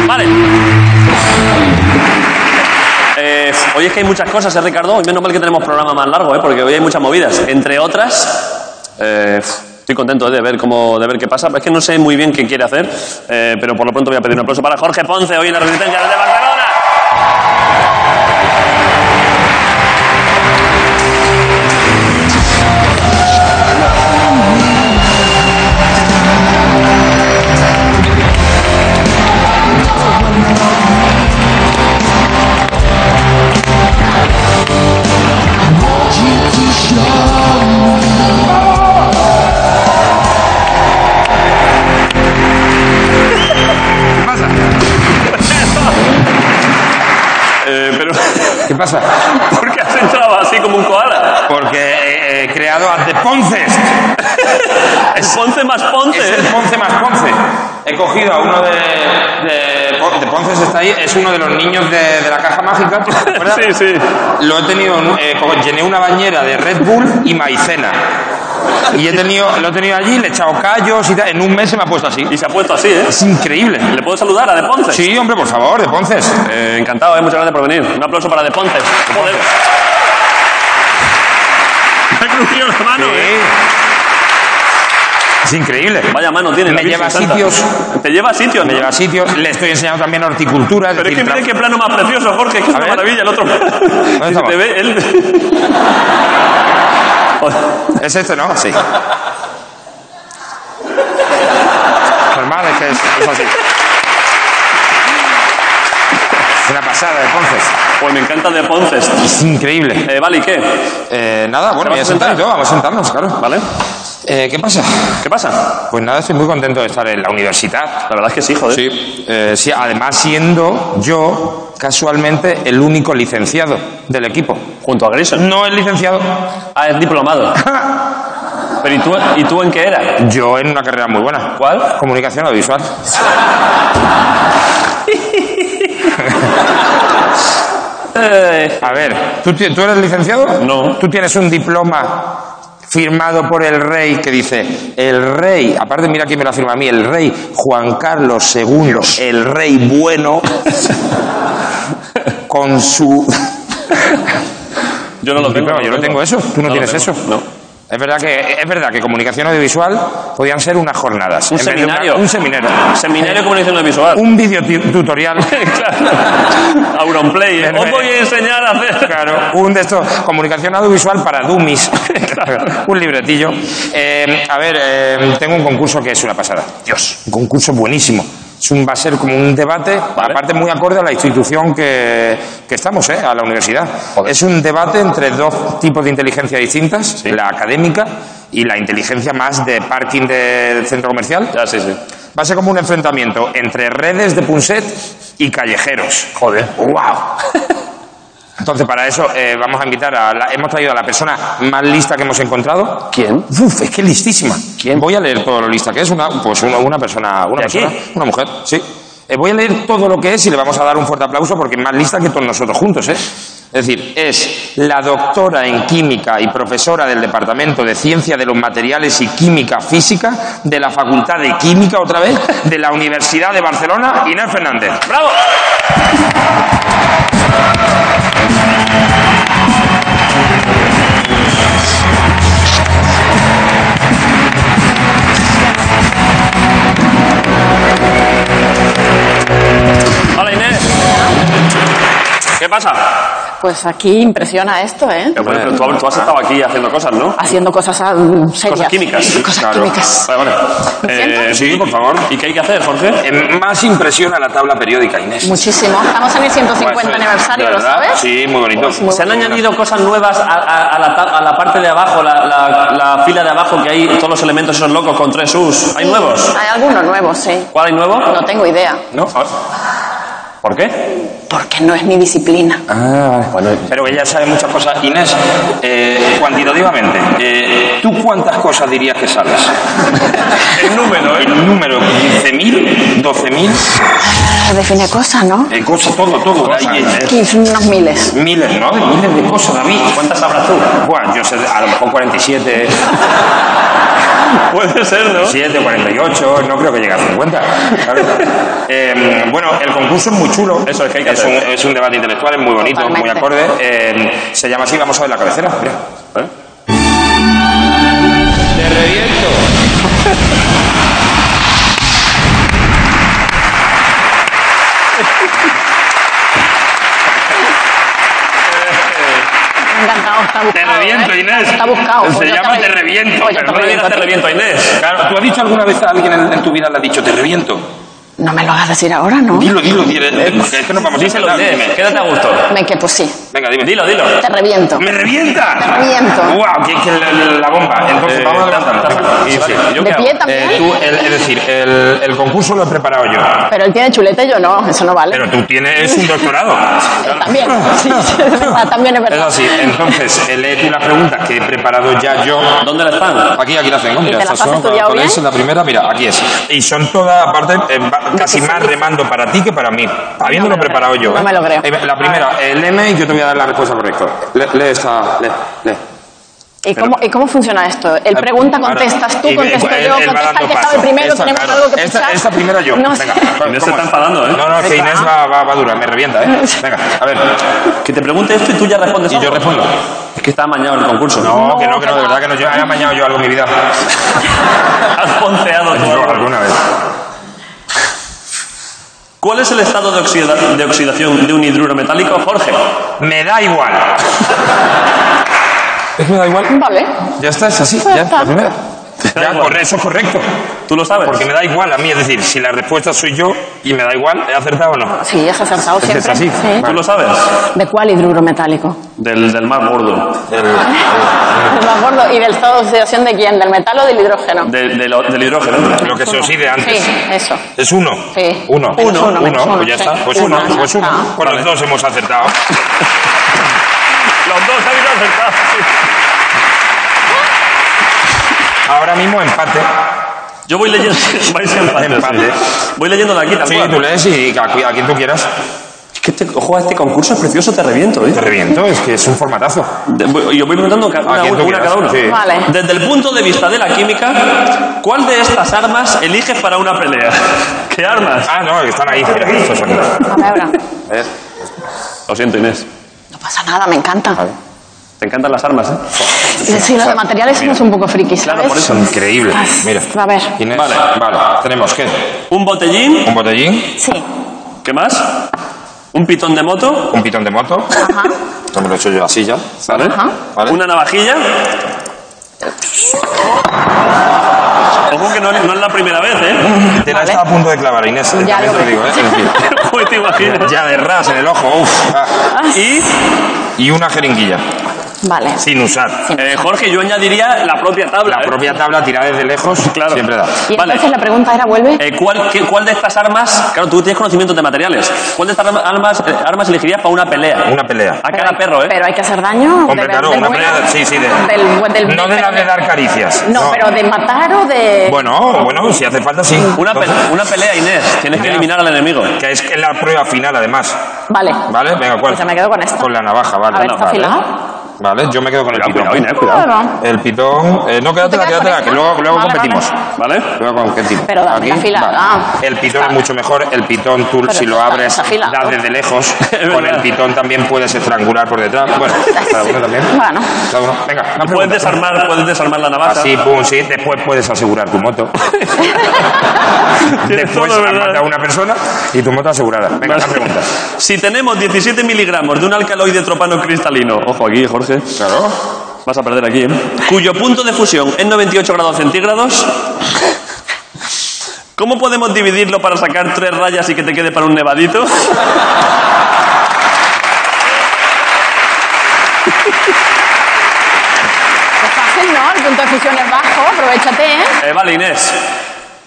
[SPEAKER 1] Vale. Eh, que hay muchas cosas, ¿eh, Ricardo? Y menos mal que tenemos programa más largo, ¿eh? Porque hoy hay muchas movidas. Entre otras, eh, estoy contento de ver cómo, de ver qué pasa. Es que no sé muy bien qué quiere hacer, eh, pero por lo pronto voy a pedir un aplauso para Jorge Ponce hoy en la Resistencia desde Barcelona. Eh, pero... ¿Qué pasa? ¿Por qué has entrado así como un koala?
[SPEAKER 3] eh,
[SPEAKER 1] Porque he creado antes Ponces. es Ponce más Ponce.
[SPEAKER 3] Es el Ponce más Ponce. He cogido a uno de. de, Pon- de Ponce está ahí, es uno de los niños de, de la caja mágica. ¿te acuerdas?
[SPEAKER 1] Sí, sí.
[SPEAKER 3] Lo he tenido. en un- eh, co- llené una bañera de Red Bull y maicena. Y he tenido, lo he tenido allí, le he echado callos y tal. En un mes se me ha puesto así. Y
[SPEAKER 1] se ha puesto así, ¿eh?
[SPEAKER 3] Es increíble.
[SPEAKER 1] ¿Le puedo saludar a De Ponce?
[SPEAKER 3] Sí, hombre, por favor, De Ponce.
[SPEAKER 1] encantado, eh, muchas gracias por venir. Un aplauso para De Ponce. Joder. Me ha crujido la mano, ¿eh?
[SPEAKER 3] Es increíble.
[SPEAKER 1] Vaya mano tiene. la
[SPEAKER 3] Me
[SPEAKER 1] Virgen
[SPEAKER 3] lleva a
[SPEAKER 1] Santa.
[SPEAKER 3] sitios.
[SPEAKER 1] Te lleva a sitios,
[SPEAKER 3] Me
[SPEAKER 1] ¿no?
[SPEAKER 3] lleva a sitios. Le estoy enseñando también horticultura.
[SPEAKER 1] Pero es que mira qué plano más precioso, Jorge, que es una maravilla el otro. Si se te ve, él...
[SPEAKER 3] ¿Es
[SPEAKER 1] este,
[SPEAKER 3] esto, no? Sí. Normal, es que es, es así. Una pasada de Ponces.
[SPEAKER 1] Pues me encanta de Ponces.
[SPEAKER 3] Es increíble. Eh,
[SPEAKER 1] Eh, vale, ¿y qué?
[SPEAKER 3] nada, bueno,
[SPEAKER 1] ¿Te vas
[SPEAKER 3] voy a
[SPEAKER 1] a
[SPEAKER 3] sentar y
[SPEAKER 1] sentar?
[SPEAKER 3] todo, vamos a sentarnos, claro. Eh,
[SPEAKER 1] Vale.
[SPEAKER 3] ¿Qué pasa?
[SPEAKER 1] ¿Qué pasa?
[SPEAKER 3] Pues nada, estoy muy contento de estar en la universidad. La
[SPEAKER 1] verdad es que sí, joder.
[SPEAKER 3] Sí, eh, sí además siendo yo casualmente el único licenciado del equipo.
[SPEAKER 1] ¿Junto a Grayson?
[SPEAKER 3] No es licenciado.
[SPEAKER 1] Ah, es diplomado. Pero ¿y tú, ¿y tú en qué era?
[SPEAKER 3] Yo en una carrera muy buena.
[SPEAKER 1] ¿Cuál?
[SPEAKER 3] Comunicación audiovisual.
[SPEAKER 1] Eh,
[SPEAKER 3] A ver, ¿tú, ti- tú eres licenciado? No. Tú tienes un diploma firmado por el rey que dice, el rey, aparte mira quién me lo firma a mí, el rey Juan Carlos II, el rey bueno, con su...
[SPEAKER 1] Yo no lo tengo.
[SPEAKER 3] Diploma, yo no tengo eso, tú no,
[SPEAKER 1] No lo
[SPEAKER 3] tienes
[SPEAKER 1] tengo,
[SPEAKER 3] eso. Es verdad, que, es verdad que comunicación audiovisual podían ser unas jornadas.
[SPEAKER 1] Un
[SPEAKER 3] en vez de una-
[SPEAKER 1] seminario.
[SPEAKER 3] un seminario.
[SPEAKER 1] Seminario de comunicación audiovisual.
[SPEAKER 3] Un video tutorial.
[SPEAKER 1] claro. Auronplay. ¿eh?
[SPEAKER 3] En
[SPEAKER 1] Os
[SPEAKER 3] vez-
[SPEAKER 1] voy a enseñar a hacer...
[SPEAKER 3] Claro, un de estos, comunicación audiovisual para dummies. un libretillo. Eh, a ver, eh, tengo un concurso que es una pasada. Dios, un concurso buenísimo. Es un, va a ser como un debate, aparte muy acorde a la institución que, que estamos, ¿eh? a la universidad. Es un debate entre dos tipos de inteligencia distintas, la académica y la inteligencia más de parking de centro comercial. Va a ser como un enfrentamiento entre redes de punset y callejeros. Joder. ¡Wow! Entonces, para eso eh, vamos a invitar a. la- hemos traído a la persona más lista que hemos encontrado. ¿Quién? Uf, es que listísima. ¿Quién? Voy a leer todo lo lista que es. Una, pues una, una persona. Una persona. Una mujer, sí. Eh, voy a leer todo lo que es y le vamos a dar un fuerte aplauso porque es más lista que todos nosotros juntos, ¿eh? Es decir, es la doctora en química y profesora del Departamento de Ciencia de los Materiales y Química Física de la Facultad de Química, otra vez, de la Universidad de Barcelona, Inés Fernández.
[SPEAKER 1] ¡Bravo! Hola Inés. ¿Qué pasa?
[SPEAKER 22] Pues aquí impresiona esto, ¿eh?
[SPEAKER 1] Que
[SPEAKER 3] pues,
[SPEAKER 1] bueno, pero tú, tú has estado aquí haciendo cosas, ¿no?
[SPEAKER 22] Haciendo cosas ah, mm, serias.
[SPEAKER 1] Cosas químicas. Cosas
[SPEAKER 3] Ah,
[SPEAKER 22] químicas.
[SPEAKER 1] Vale, vale. Eh, sí, por favor. ¿Y qué hay que hacer, Jorge?
[SPEAKER 3] Eh, más impresiona la tabla periódica, Inés.
[SPEAKER 22] Muchísimo. Estamos en el 150
[SPEAKER 1] pues,
[SPEAKER 22] aniversario, ¿lo sabes?
[SPEAKER 3] Sí, muy bonito.
[SPEAKER 1] Se han añadido cosas nuevas a, a- a la, ta- a la parte de abajo, la, la- la fila de abajo que hay todos los elementos esos locos con tres U's. ¿Hay nuevos?
[SPEAKER 22] Hay algunos nuevos, sí.
[SPEAKER 1] ¿Cuál hay nuevo?
[SPEAKER 22] No tengo idea.
[SPEAKER 1] No. ¿Por qué?
[SPEAKER 22] Porque no es mi disciplina.
[SPEAKER 3] Ah, Pero ella sabe muchas cosas. Inés, eh, cuantitativamente, eh, ¿Tú cuántas cosas dirías que sabes? El número, ¿eh? El número, 15.000, 12.000,
[SPEAKER 22] Ah, define cosas, ¿no?
[SPEAKER 3] eh, cosas, todo, todo. Hay, eh,
[SPEAKER 22] 15, unos
[SPEAKER 1] Eh.
[SPEAKER 22] miles.
[SPEAKER 3] Miles, ¿no? De miles de cosas, David. ¿Cuántas sabrás tú? Bueno, yo sé, a lo mejor 47. Puede ser, ¿no? 7, 48, no creo que llegue a 50. ¿sabes? Eh, bueno, el concurso es muy chulo. Eso es que es, un, es un debate intelectual, es muy bonito, muy
[SPEAKER 23] Totalmente.
[SPEAKER 3] acorde. Eh, se llama así, vamos a ver la cabecera. mira.
[SPEAKER 22] Me ha
[SPEAKER 3] Te reviento,
[SPEAKER 22] encantado, está buscado. ¿eh?
[SPEAKER 3] Inés.
[SPEAKER 22] Está buscado.
[SPEAKER 3] Se
[SPEAKER 22] pues yo
[SPEAKER 3] llama Te
[SPEAKER 22] también.
[SPEAKER 3] reviento.
[SPEAKER 22] Pues
[SPEAKER 3] pero no
[SPEAKER 22] yo
[SPEAKER 3] le
[SPEAKER 22] también.
[SPEAKER 3] digas Te reviento a Inés. Claro, ¿tú has dicho alguna vez a alguien en, en tu vida le has dicho Te reviento?
[SPEAKER 22] No me lo hagas decir ahora, ¿no? Eh.
[SPEAKER 3] Dilo, dilo, dilo. Es que nos vamos a quedar, dime. Quédate a gusto.
[SPEAKER 22] Me que pues sí.
[SPEAKER 3] Venga, dime. Dilo, dilo.
[SPEAKER 22] Te reviento.
[SPEAKER 3] ¡Me revienta!
[SPEAKER 22] Te reviento.
[SPEAKER 3] ¡Wow! Que, que la, la- la bomba.
[SPEAKER 22] Eh,
[SPEAKER 3] Entonces, vamos a levantarnos. Y vale,
[SPEAKER 22] ¿De pie también?
[SPEAKER 3] Eh, tú, el- es decir, el, el concurso lo he preparado yo.
[SPEAKER 22] Pero él tiene chuleta y yo no, eso no vale.
[SPEAKER 3] Pero tú tienes un doctorado.
[SPEAKER 22] Él también. Sí, sí, es verdad, también es
[SPEAKER 3] Es
[SPEAKER 22] verdad.
[SPEAKER 3] así, entonces, eh, lee tú las preguntas que he preparado ya yo. ¿Dónde las están? Aquí, aquí las tengo.
[SPEAKER 22] ¿Y
[SPEAKER 3] Mira,
[SPEAKER 22] te las
[SPEAKER 3] estas
[SPEAKER 22] has
[SPEAKER 3] son,
[SPEAKER 22] estudiado
[SPEAKER 3] cuando
[SPEAKER 22] bien?
[SPEAKER 3] lees la primera, mira, aquí es. Y son todas, aparte, eh, va- casi más remando para ti que para mí. Habiéndolo preparado yo.
[SPEAKER 22] No
[SPEAKER 3] ¿eh?
[SPEAKER 22] me lo creo.
[SPEAKER 3] Eh, La primera, eh, léeme y yo te voy a dar la respuesta correcta. Le- lee esta, lee, lee.
[SPEAKER 22] ¿Y cómo, ¿Y cómo funciona esto? Él pregunta,
[SPEAKER 3] Ahora,
[SPEAKER 22] contestas tú,
[SPEAKER 3] y ve-
[SPEAKER 22] contesto
[SPEAKER 3] él-
[SPEAKER 22] yo,
[SPEAKER 3] él va
[SPEAKER 22] contesta el
[SPEAKER 3] dando
[SPEAKER 22] que
[SPEAKER 3] paso.
[SPEAKER 22] sabe primero,
[SPEAKER 3] Esta,
[SPEAKER 22] tenemos
[SPEAKER 3] claro.
[SPEAKER 22] algo que
[SPEAKER 3] esta,
[SPEAKER 22] pensar.
[SPEAKER 3] esta primera yo.
[SPEAKER 22] No sé.
[SPEAKER 3] Venga. Inés se está enfadando, ¿eh? No, no, es que Inés va, va, va dura, me revienta, ¿eh? Venga, a ver. Que te pregunte
[SPEAKER 1] este
[SPEAKER 3] esto y tú ya respondes. Y yo respondo. Es que está amañado el concurso. No, que no, que no, de verdad que no. Yo he amañado yo algo en mi vida. Has ponteado tú alguna vez.
[SPEAKER 1] ¿Cuál es el estado de, oxida- de oxidación de un hidruro metálico, Jorge?
[SPEAKER 3] Me da igual. Es que me da igual.
[SPEAKER 22] Vale.
[SPEAKER 3] Ya está, es así. Ya, la primera. Ya, corre- eso es correcto. Tú lo sabes. Porque me da igual a mí, es decir, si la respuesta soy yo y me da igual, ¿he acertado o no?
[SPEAKER 22] Sí, has acertado
[SPEAKER 3] Es que
[SPEAKER 22] siempre.
[SPEAKER 3] es así.
[SPEAKER 22] Sí.
[SPEAKER 3] lo sabes?
[SPEAKER 22] ¿De cuál hidruro metálico?
[SPEAKER 1] Del, del más gordo.
[SPEAKER 3] Ah.
[SPEAKER 22] Del más gordo. ¿Y del estado de oxidación de quién? ¿Del metal o del hidrógeno?
[SPEAKER 1] De- de lo- del hidrógeno.
[SPEAKER 3] Lo que se oxide antes.
[SPEAKER 22] Sí, eso.
[SPEAKER 3] Es uno.
[SPEAKER 22] Sí.
[SPEAKER 3] Uno.
[SPEAKER 22] Menos uno, menos uno,
[SPEAKER 3] pues ya
[SPEAKER 22] sí.
[SPEAKER 3] está. Pues
[SPEAKER 22] Ya
[SPEAKER 3] uno,
[SPEAKER 22] está, ya
[SPEAKER 3] pues uno.
[SPEAKER 22] está.
[SPEAKER 3] Con los dos hemos acertado.
[SPEAKER 1] Los dos habéis acertado.
[SPEAKER 3] Ahora mismo empate.
[SPEAKER 1] Yo voy leyendo. vais en empate,
[SPEAKER 3] Empate.
[SPEAKER 1] sí. Voy leyendo de aquí
[SPEAKER 3] Sí,
[SPEAKER 1] también.
[SPEAKER 3] tú lees y a, qui- a quien tú quieras.
[SPEAKER 1] Es que este, ojo, a este concurso es precioso, te reviento, ¿eh?
[SPEAKER 3] Te reviento, es que es un formatazo.
[SPEAKER 1] De- voy- yo voy preguntando ca- una,
[SPEAKER 3] quien tú
[SPEAKER 1] una
[SPEAKER 3] quieras,
[SPEAKER 1] cada uno.
[SPEAKER 3] sí.
[SPEAKER 22] Vale.
[SPEAKER 1] Desde el punto de vista de la química, ¿cuál de estas armas eliges para una pelea? ¿Qué armas?
[SPEAKER 3] Ah, no, que están ahí. Mira, estos aquí.
[SPEAKER 22] A ver, ahora.
[SPEAKER 1] Lo siento, Inés.
[SPEAKER 22] No pasa nada, me encanta.
[SPEAKER 1] Te encantan las armas, ¿eh?
[SPEAKER 22] Sí, lo de materiales somos un poco frikis, ¿sabes?
[SPEAKER 3] Por eso, increíble. Mira.
[SPEAKER 22] A ver,
[SPEAKER 3] Inés, vale, vale. Tenemos que
[SPEAKER 1] Un botellín.
[SPEAKER 3] un botellín,
[SPEAKER 22] sí.
[SPEAKER 1] ¿Qué más? Un pitón de moto.
[SPEAKER 3] un pitón de moto.
[SPEAKER 22] Ajá,
[SPEAKER 3] No me lo he hecho yo así ya.
[SPEAKER 1] ¿Vale?
[SPEAKER 22] ajá.
[SPEAKER 3] ¿Vale?
[SPEAKER 1] Una navajilla. Ojo que no, no es la primera vez, ¿eh?
[SPEAKER 3] Te la está a punto de clavar, Inés. eh,
[SPEAKER 22] Ya
[SPEAKER 3] también
[SPEAKER 22] lo
[SPEAKER 3] te lo digo, ¿eh? Es decir,
[SPEAKER 1] Uy, Pues te imaginas.
[SPEAKER 3] Ya de ras en el ojo, uff.
[SPEAKER 1] Y,
[SPEAKER 3] Y una jeringuilla,
[SPEAKER 22] Ah. Vale.
[SPEAKER 3] sin usar.
[SPEAKER 1] eh, Jorge, yo añadiría la propia tabla.
[SPEAKER 3] La
[SPEAKER 1] ¿eh?
[SPEAKER 3] propia tabla tirada desde lejos
[SPEAKER 1] Claro.
[SPEAKER 3] siempre da.
[SPEAKER 22] Y
[SPEAKER 1] Vale.
[SPEAKER 22] entonces la pregunta era, ¿vuelve?
[SPEAKER 1] Eh, ¿cuál, qué- ¿Cuál de estas armas, claro, tú tienes conocimiento de materiales, ¿cuál de estas arma- armas, eh, armas elegirías para una pelea?
[SPEAKER 3] Una pelea.
[SPEAKER 1] A cara perro, ¿eh?
[SPEAKER 22] Pero hay que hacer daño.
[SPEAKER 3] Hombre,
[SPEAKER 22] de-
[SPEAKER 3] claro,
[SPEAKER 22] de
[SPEAKER 3] una
[SPEAKER 22] buena-
[SPEAKER 3] pelea. Ah, Sí, sí, de-
[SPEAKER 22] Del, del-
[SPEAKER 3] No de la de dar caricias.
[SPEAKER 22] No, eh. pero de matar o de.
[SPEAKER 3] Bueno, bueno, si hace falta, sí.
[SPEAKER 1] Una, pe- una pelea, Inés, tienes que eliminar al enemigo.
[SPEAKER 3] Que es que es la prueba final, además.
[SPEAKER 22] Vale.
[SPEAKER 3] ¿Vale? Venga, ¿cuál?
[SPEAKER 22] Pues ya me quedo con esta.
[SPEAKER 3] Con la navaja, vale.
[SPEAKER 22] A ver, ¿está
[SPEAKER 3] vale.
[SPEAKER 22] afilada?
[SPEAKER 3] Vale, yo me quedo con el pitón.
[SPEAKER 1] cuidado, Inés, cuidado.
[SPEAKER 22] Claro.
[SPEAKER 3] El pitón. eh, no, quédatela,
[SPEAKER 22] ¿Te quedas con
[SPEAKER 3] quédatela,
[SPEAKER 22] esta?
[SPEAKER 3] que luego, luego
[SPEAKER 22] Vale,
[SPEAKER 3] competimos.
[SPEAKER 1] ¿Vale?
[SPEAKER 3] Luego competimos.
[SPEAKER 22] Pero dame la fila, ah.
[SPEAKER 3] El pitón es mucho mejor. El pitón, tú
[SPEAKER 22] Pero
[SPEAKER 3] si lo
[SPEAKER 22] está
[SPEAKER 3] abres,
[SPEAKER 22] desafilado.
[SPEAKER 3] das desde lejos. con el pitón también puedes estrangular por detrás. Bueno, cada uno también.
[SPEAKER 22] Bueno.
[SPEAKER 3] Cada uno. Venga, una
[SPEAKER 1] Puedes
[SPEAKER 3] pregunta.
[SPEAKER 1] desarmar, puedes desarmar la navaja.
[SPEAKER 3] Así, pum, sí. Después puedes asegurar tu moto. Después
[SPEAKER 1] todo,
[SPEAKER 3] has
[SPEAKER 1] ¿verdad?
[SPEAKER 3] matado a una persona y tu moto asegurada. Venga,
[SPEAKER 1] Vale.
[SPEAKER 3] una pregunta.
[SPEAKER 1] Si tenemos 17 miligramos de un alcaloide tropano cristalino, ojo aquí, Jorge,
[SPEAKER 3] Claro.
[SPEAKER 1] vas a perder aquí, ¿eh? cuyo punto de fusión es 98 grados centígrados, ¿cómo podemos dividirlo para sacar tres rayas y que te quede para un nevadito?
[SPEAKER 22] Es fácil, ¿no? El punto de fusión es bajo, aprovechate, ¿eh?
[SPEAKER 1] Eh, vale, Inés.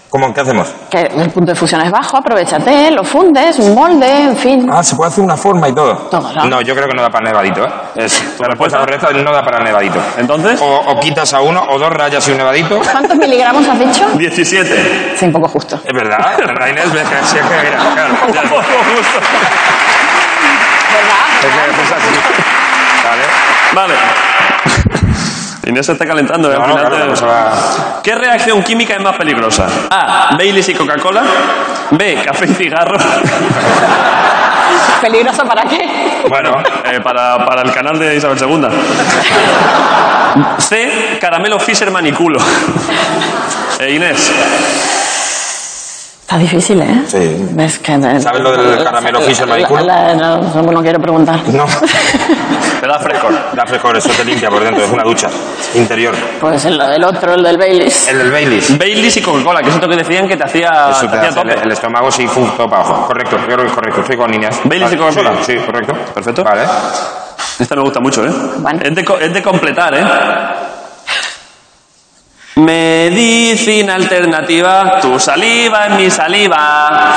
[SPEAKER 3] ¿Cómo, ¿Qué hacemos?
[SPEAKER 22] Que el punto de fusión es bajo, aprovechate, lo fundes, un molde, en fin.
[SPEAKER 3] Ah, se puede hacer una forma y todo. ¿no? yo creo que no da para el nevadito, ¿eh? Es, la respuesta correcta no da para el nevadito. ¿Entonces? O, o quitas a uno o dos rayas y un nevadito.
[SPEAKER 22] ¿Cuántos miligramos has dicho?
[SPEAKER 3] 17.
[SPEAKER 22] Es un poco justo.
[SPEAKER 3] Es verdad, Ah, Rainés, ves que sí, es que era, claro. ya. Es que es así. Vale.
[SPEAKER 1] Vale. Inés se está calentando. ¿eh? Al final te- ¿Qué reacción química es más peligrosa? A. Baileys y Coca-Cola. B. Café y cigarro.
[SPEAKER 22] ¿Peligroso para qué?
[SPEAKER 1] Bueno, eh, para, para el canal de Isabel II. C. Caramelo Fisher Maniculo. Eh, Inés.
[SPEAKER 22] Está difícil, ¿eh? Sí. ¿Ves que, ¿Sabes
[SPEAKER 3] lo del caramelo Fisher Maniculo?
[SPEAKER 22] No, no, no quiero preguntar.
[SPEAKER 3] No. Te da frescor. Da frescor, eso te limpia por dentro, es una ducha interior.
[SPEAKER 22] Pues el del otro, el del Baileys.
[SPEAKER 3] El del Baileys.
[SPEAKER 1] Baileys y Coca-Cola, que es esto que decían que te hacía,
[SPEAKER 3] Eso te
[SPEAKER 1] te hacía
[SPEAKER 3] hace el,
[SPEAKER 1] tope.
[SPEAKER 3] el estómago sí, fum, todo para abajo. Correcto, yo creo que es correcto. Estoy con líneas.
[SPEAKER 1] ¿Baileys y Coca-Cola?
[SPEAKER 3] Sí, sí, correcto. Perfecto. Vale.
[SPEAKER 1] Esta me gusta mucho, ¿eh? Es, de, co- es de completar, ¿eh? Medicina alternativa, tu saliva es mi saliva.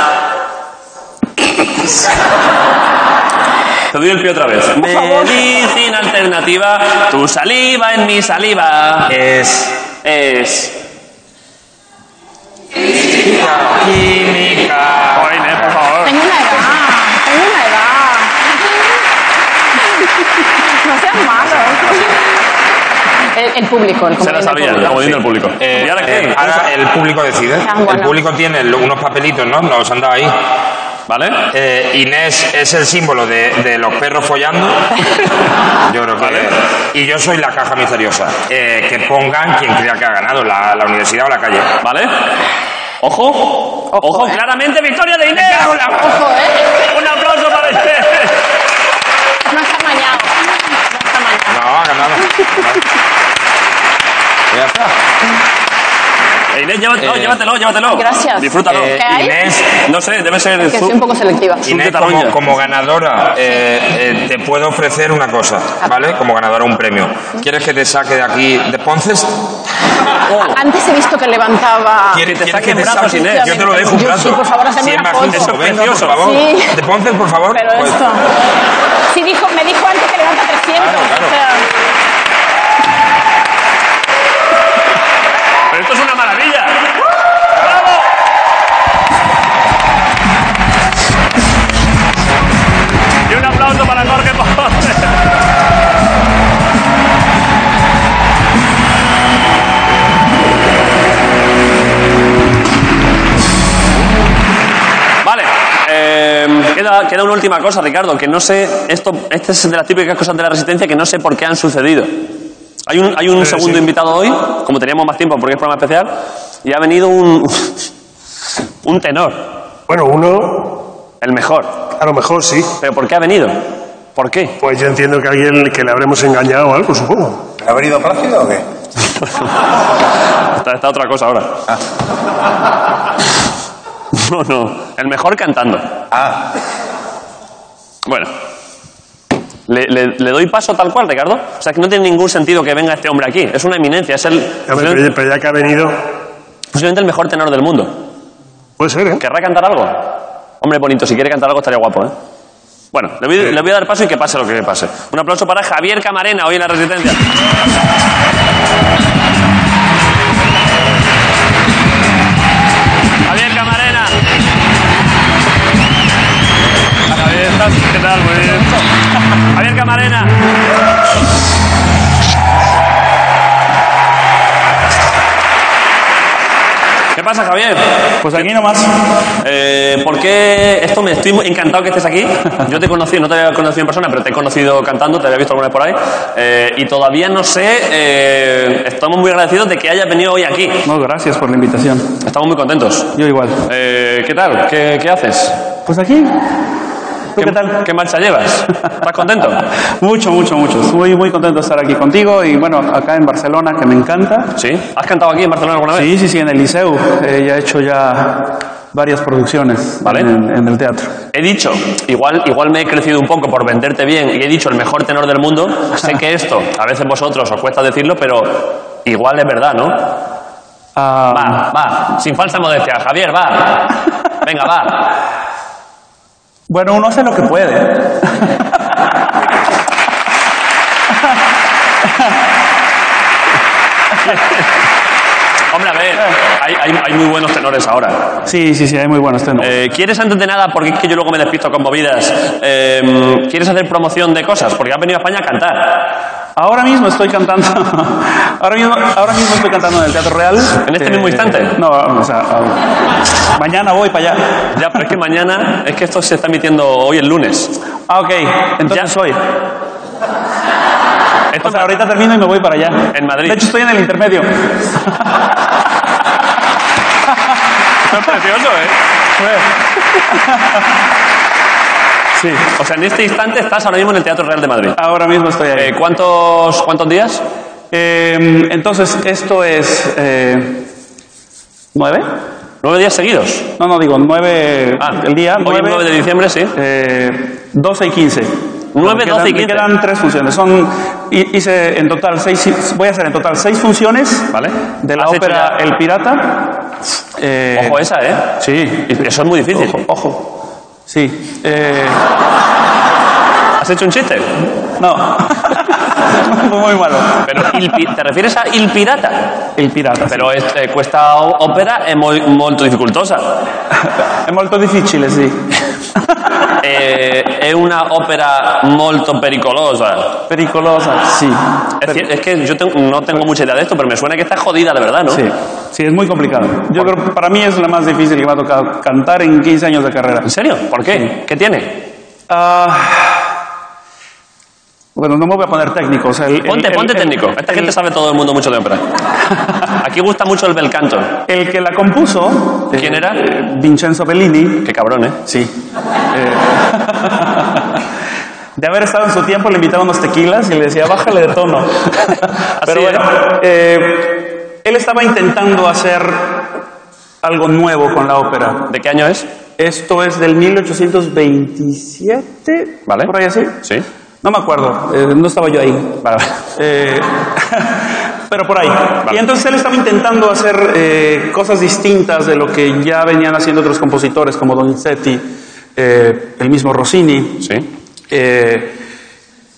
[SPEAKER 1] Te doy el pie otra vez. Medicina alternativa, tu saliva es mi saliva. Es. Es. Química. Oye, Inés, por favor.
[SPEAKER 22] Tengo una edad, tengo una edad. No seas malo. El, el público, el
[SPEAKER 3] Se la sabía,
[SPEAKER 1] el comodín del público.
[SPEAKER 3] Eh,
[SPEAKER 1] ¿Y ahora qué?
[SPEAKER 3] eh, ahora el público decide.
[SPEAKER 22] Ah, bueno.
[SPEAKER 3] El público tiene lo- unos papelitos, ¿no? Los han dado ahí. ¿Vale? Inés es el símbolo de, de los perros follando. Yo creo que. Y yo soy la caja misteriosa. Eh, que pongan quien crea que ha ganado, la, la universidad o la calle. ¿Vale? Ojo. Ojo,
[SPEAKER 1] Claramente victoria de Inés. Un aplauso para Inés.
[SPEAKER 22] No está mañado.
[SPEAKER 3] No, ha ganado. Ya está.
[SPEAKER 1] Inés, llévatelo,
[SPEAKER 3] Eh,
[SPEAKER 1] llévatelo, llévatelo.
[SPEAKER 22] Gracias.
[SPEAKER 1] Disfrútalo.
[SPEAKER 22] Eh, ¿Qué hay? Inés,
[SPEAKER 1] no sé, debe ser
[SPEAKER 22] Que soy un poco selectiva.
[SPEAKER 3] Inés, como, como ganadora, eh, eh, te puedo ofrecer una cosa,
[SPEAKER 22] Ah.
[SPEAKER 3] ¿vale? Como ganadora, un premio. ¿Quieres que te saque de aquí de Ponces?
[SPEAKER 22] Ah. Antes he visto que levantaba.
[SPEAKER 3] ¿Quieres Oh. que te saque de
[SPEAKER 22] brazos,
[SPEAKER 3] Inés? Yo te lo dejo un
[SPEAKER 22] Yo
[SPEAKER 3] plato.
[SPEAKER 22] sí, por favor, hazme
[SPEAKER 3] Sí, es
[SPEAKER 22] una
[SPEAKER 3] magnífico,
[SPEAKER 22] foto.
[SPEAKER 3] venga, por favor.
[SPEAKER 22] Sí.
[SPEAKER 3] De Ponces, por favor.
[SPEAKER 22] Pero
[SPEAKER 3] Pues,
[SPEAKER 22] esto. Sí, dijo, me dijo antes que levanta 300. o sea,
[SPEAKER 1] Pero esto es una maravilla. ¡Bravo! Y un aplauso para Jorge Ponce. Vale. eh, queda, queda una última cosa, Ricardo, que no sé, esto, esta es de las típicas cosas de la resistencia que no sé por qué han sucedido. Hay un, hay un segundo invitado hoy, como teníamos más tiempo porque es programa especial, y ha venido un, un tenor.
[SPEAKER 20] Bueno, uno...
[SPEAKER 1] El mejor.
[SPEAKER 20] A lo mejor sí.
[SPEAKER 1] ¿Pero por qué ha venido? ¿Por qué?
[SPEAKER 20] Pues yo entiendo que alguien que le habremos engañado o algo, supongo.
[SPEAKER 1] ¿Ha venido Plácido o qué? está, está otra cosa ahora. Ah. No, no. El mejor cantando. Ah. Bueno. Le, le- le doy paso tal cual, Ricardo. O sea, que no tiene ningún sentido que venga este hombre aquí. Es una eminencia. Es el.
[SPEAKER 20] Ya me- pero, ya, pero ya que ha venido...
[SPEAKER 1] Posiblemente el mejor tenor del mundo.
[SPEAKER 20] Puede ser, ¿eh?
[SPEAKER 1] ¿Querrá cantar algo? Hombre bonito, si quiere cantar algo estaría guapo, ¿eh? Bueno, le voy, le voy a dar paso y que pase lo que pase. Un aplauso para Javier Camarena, hoy en La Resistencia. Javier Camarena. Javier, ¿qué tal? Muy bien. Javier Camarena. ¿Qué pasa, Javier?
[SPEAKER 2] Pues aquí nomás.
[SPEAKER 1] Eh, ¿Por qué esto me estoy muy encantado que estés aquí? Yo te conocí, no te había conocido en persona, pero te he conocido cantando, te había visto alguna vez por ahí. Eh, y todavía no sé, eh, estamos muy agradecidos de que hayas venido hoy aquí.
[SPEAKER 2] No, gracias por la invitación.
[SPEAKER 1] Estamos muy contentos.
[SPEAKER 2] Yo igual.
[SPEAKER 1] Eh, ¿Qué tal? ¿Qué, qué haces?
[SPEAKER 2] Pues aquí.
[SPEAKER 1] ¿Qué, ¿Qué marcha llevas? ¿Estás contento?
[SPEAKER 2] Mucho, mucho, mucho. Estoy muy contento de estar aquí contigo y bueno, acá en Barcelona, que me encanta.
[SPEAKER 1] Sí. ¿Has cantado aquí en Barcelona alguna vez?
[SPEAKER 2] Sí, sí, sí, en el Liceu. Eh, ya he hecho ya varias producciones en, en el teatro.
[SPEAKER 1] He dicho, igual, igual me he crecido un poco por venderte bien y he dicho el mejor tenor del mundo. Sé que esto, a veces vosotros os cuesta decirlo, pero igual es verdad, ¿no?
[SPEAKER 2] Ah.
[SPEAKER 1] Va, va. Sin falsa modestia. Javier, va. Venga, va.
[SPEAKER 2] Bueno, uno hace lo que puede.
[SPEAKER 1] Hombre, a ver, hay, hay- hay muy buenos tenores ahora.
[SPEAKER 2] Sí, sí, sí, hay muy buenos temas.
[SPEAKER 1] Eh, ¿Quieres, antes de nada, porque es que yo luego me despisto con movidas, eh, ¿quieres hacer promoción de cosas? Porque has venido a España a cantar.
[SPEAKER 2] Ahora mismo estoy cantando. Ahora mismo, ahora mismo estoy cantando en el Teatro Real.
[SPEAKER 1] ¿En este
[SPEAKER 2] Eh,
[SPEAKER 1] mismo instante?
[SPEAKER 2] No, o sea, a- mañana voy para allá.
[SPEAKER 1] Ya, pero es que mañana, es que esto se está emitiendo hoy el lunes.
[SPEAKER 2] Ah, ok. Entonces hoy. O sea, ahorita termino y me voy para allá. En Madrid. De hecho, estoy en el intermedio.
[SPEAKER 1] Está precioso, ¿eh? Sí. O sea, en este instante estás ahora mismo en el Teatro Real de Madrid. Eh,
[SPEAKER 2] Ahora mismo estoy ahí.
[SPEAKER 1] ¿cuántos, ¿Cuántos días?
[SPEAKER 2] entonces, esto es. eh, ¿Nueve?
[SPEAKER 1] ¿Nueve días seguidos? Ah,
[SPEAKER 2] No, no, digo, nueve. el día.
[SPEAKER 1] hoy es 9 de diciembre, sí.
[SPEAKER 2] Eh, 12 y 15.
[SPEAKER 1] 9, 12 y
[SPEAKER 2] Me
[SPEAKER 1] 15.
[SPEAKER 2] quedan tres funciones. Son, hi- hice en total seis, voy a hacer en total seis funciones
[SPEAKER 1] ¿Vale?
[SPEAKER 2] de la
[SPEAKER 1] ¿Has hecho
[SPEAKER 2] ópera
[SPEAKER 1] ya-
[SPEAKER 2] El Pirata.
[SPEAKER 1] Ojo esa, ¿eh?
[SPEAKER 2] Sí.
[SPEAKER 1] Eso es muy difícil. Ojo.
[SPEAKER 2] Sí. eh,
[SPEAKER 1] ¿Has hecho un chiste?
[SPEAKER 2] No. Fue muy malo.
[SPEAKER 1] Pero il pi- te refieres a Il Pirata.
[SPEAKER 2] Il Pirata.
[SPEAKER 1] Pero es- eh, cuesta o- ópera es muy, dificultosa.
[SPEAKER 2] È molto difficile, sì.
[SPEAKER 1] Eh, es una ópera molto pericolosa.
[SPEAKER 2] Pericolosa, sí.
[SPEAKER 1] Es, cier- es que yo ten- no tengo mucha idea de esto, pero me suena que está jodida de verdad, ¿no?
[SPEAKER 2] Sí. Sí, es muy complicado. Yo creo que para mí es la más difícil que me ha tocado cantar en 15 años de carrera. ¿En
[SPEAKER 1] serio? ¿Por qué? ¿Qué tiene?
[SPEAKER 2] Ah, bueno, no me voy a poner técnico. o sea, el- el-
[SPEAKER 1] Ponte,
[SPEAKER 2] el-
[SPEAKER 1] ponte
[SPEAKER 2] el-
[SPEAKER 1] técnico. Esta gente sabe todo el mundo mucho de ópera. Aquí gusta mucho el bel canto.
[SPEAKER 2] El que la compuso.
[SPEAKER 1] ¿Quién era?
[SPEAKER 2] Vincenzo Bellini.
[SPEAKER 1] Qué cabrón, ¿eh?
[SPEAKER 2] Sí. Eh, de haber estado en su tiempo, le invitaba unos tequilas y le decía, bájale de tono. Pero bueno, eh, él estaba intentando hacer algo nuevo con la ópera.
[SPEAKER 1] ¿De qué año es?
[SPEAKER 2] Esto es del 1827.
[SPEAKER 1] ¿Vale?
[SPEAKER 2] ¿Por ahí así?
[SPEAKER 1] Sí.
[SPEAKER 2] No me acuerdo, eh, no estaba yo ahí. Eh, pero por ahí. Y entonces él estaba intentando hacer eh, cosas distintas de lo que ya venían haciendo otros compositores como Donizetti, eh, el mismo Rossini. Eh,
[SPEAKER 1] Sí.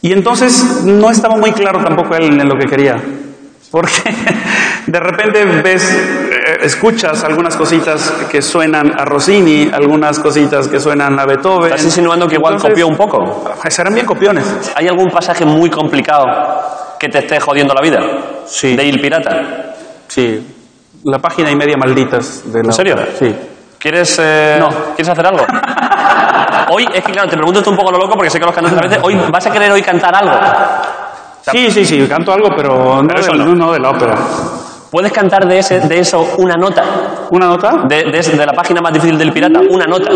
[SPEAKER 2] y entonces no estaba muy claro tampoco él en lo que quería. Porque de repente ves, eh, escuchas algunas cositas que suenan a Rossini, algunas cositas que suenan a Beethoven.
[SPEAKER 1] ¿Estás insinuando que igual copió un poco?
[SPEAKER 2] Serán bien copiones.
[SPEAKER 1] ¿Hay algún pasaje muy complicado que te esté jodiendo la vida?
[SPEAKER 2] Sí.
[SPEAKER 1] De Il Pirata.
[SPEAKER 2] Sí. La página y media malditas de la.
[SPEAKER 1] ¿En serio?
[SPEAKER 2] ópera, Sí.
[SPEAKER 1] ¿Quieres, eh, ¿Quieres hacer algo? Hoy, es que claro, te pregunto esto un poco a lo loco porque sé que los cantantes a veces. Hoy, ¿Vas a querer hoy cantar algo?
[SPEAKER 2] Sí, sí, sí, canto algo, pero no,
[SPEAKER 1] eso
[SPEAKER 2] del-
[SPEAKER 1] no.
[SPEAKER 2] no de la ópera.
[SPEAKER 1] ¿Puedes cantar de, ese, de eso una nota?
[SPEAKER 2] ¿Una nota?
[SPEAKER 1] De, de ese- de la página más difícil del pirata, una nota.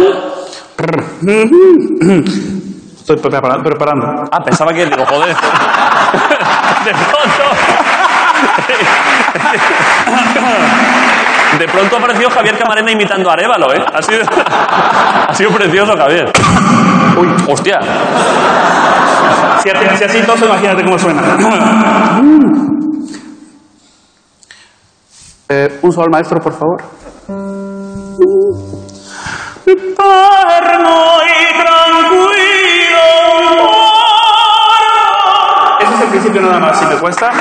[SPEAKER 2] Estoy prepara- preparando.
[SPEAKER 1] Ah, pensaba que digo, joder. De pronto. De pronto apareció Javier Camarena imitando a Arevalo, ¿eh? Ha sido, ha sido precioso, Javier. Uy, hostia.
[SPEAKER 2] Si, así- si así todo, imagínate cómo suena. Eh, un sol, maestro, por favor.
[SPEAKER 4] Eterno y tranquilo.
[SPEAKER 2] Ese es el principio nada más, si te cuesta.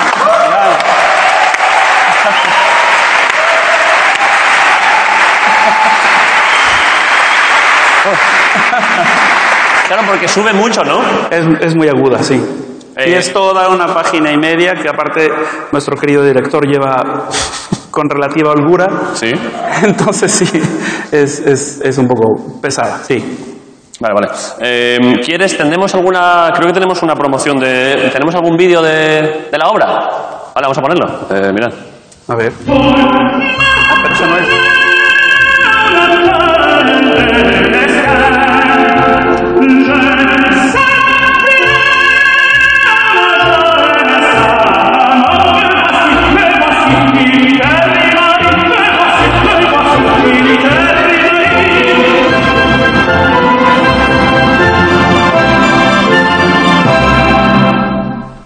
[SPEAKER 1] Claro, porque sube mucho, ¿no? Eh,
[SPEAKER 2] Es, es muy aguda, sí. Y es toda una página y media que aparte nuestro querido director lleva con relativa holgura.
[SPEAKER 1] Sí.
[SPEAKER 2] Entonces sí, es, es, es un poco pesada, sí.
[SPEAKER 1] Vale, vale. Eh, ¿Quieres? ¿Tenemos alguna.? Creo que tenemos una promoción de. ¿Tenemos algún vídeo de, de la obra? Vale, vamos a ponerlo. Eh, mirad.
[SPEAKER 2] A ver.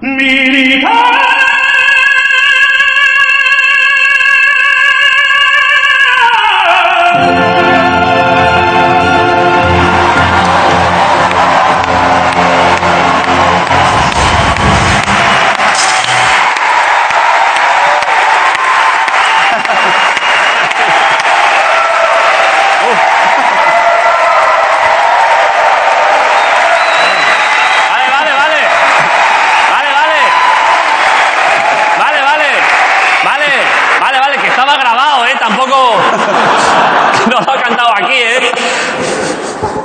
[SPEAKER 4] Militar.
[SPEAKER 1] eh, eh.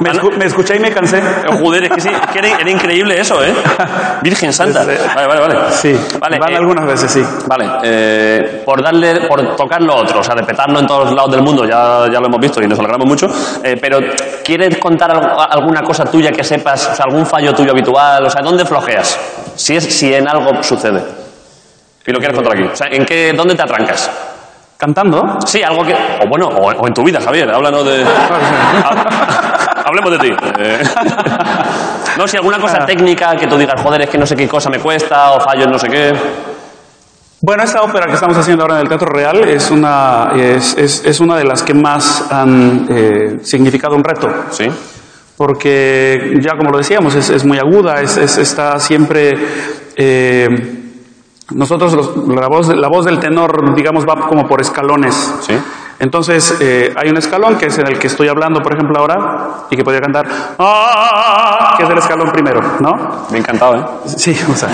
[SPEAKER 2] Me, escu- me escuché y me cansé.
[SPEAKER 1] Oh, Joder, es que sí, es que era, era increíble eso, ¿eh? Virgen Santa. Vale, vale, vale. Sí, vale, eh,
[SPEAKER 2] algunas veces, sí.
[SPEAKER 1] Vale, eh, por darle, por tocar lo otro, o sea, respetarlo en todos lados del mundo, ya, ya lo hemos visto y nos alegramos mucho, eh, pero ¿quieres contar al- alguna cosa tuya que sepas, o sea, algún fallo tuyo habitual? O sea, ¿dónde flojeas? Si, es, si en algo sucede. Y lo quieres contar aquí. O sea, ¿en qué, ¿dónde te atrancas?
[SPEAKER 2] ¿Cantando?
[SPEAKER 1] Sí, algo que... O bueno, o, o en tu vida, Javier, háblanos de... ha- Hablemos de ti. Eh, No, si alguna
[SPEAKER 2] Ah.
[SPEAKER 1] cosa técnica que tú digas, joder, es que no sé qué cosa me cuesta, o fallo en no sé qué.
[SPEAKER 2] Bueno, esta ópera que estamos haciendo ahora en el Teatro Real es una, es, es- es una de las que más han eh, significado un reto.
[SPEAKER 1] Sí.
[SPEAKER 2] Porque ya como lo decíamos, es, es muy aguda, es, es- está siempre... eh, nosotros, los- la, voz, la voz del tenor, digamos, va como por escalones. Entonces, eh, hay un escalón que es en el que estoy hablando, por ejemplo, ahora, y que podría cantar, "Ah", que es el escalón primero, ¿no?
[SPEAKER 1] Me encantado, ¿eh?
[SPEAKER 2] Sí, o sea.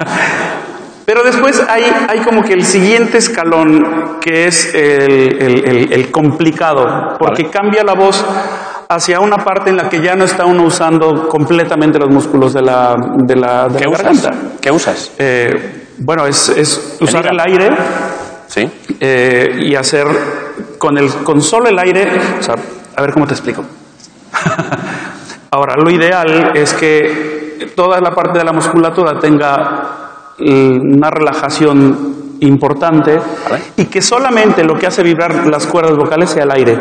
[SPEAKER 2] Pero después hay, hay como que el siguiente escalón, que es el, el- el- el complicado, porque cambia la voz hacia una parte en la que ya no está uno usando completamente los músculos de la, de la, de
[SPEAKER 1] ¿Qué
[SPEAKER 2] la
[SPEAKER 1] usas?
[SPEAKER 2] garganta.
[SPEAKER 1] ¿Qué usas?
[SPEAKER 2] Eh, bueno, es, es usar el aire
[SPEAKER 1] ¿Sí?
[SPEAKER 2] eh, y hacer con, el, con solo el aire. o sea, a ver cómo te explico. Ahora, lo ideal es que toda la parte de la musculatura tenga eh, una relajación importante y que solamente lo que hace vibrar las cuerdas vocales sea el aire.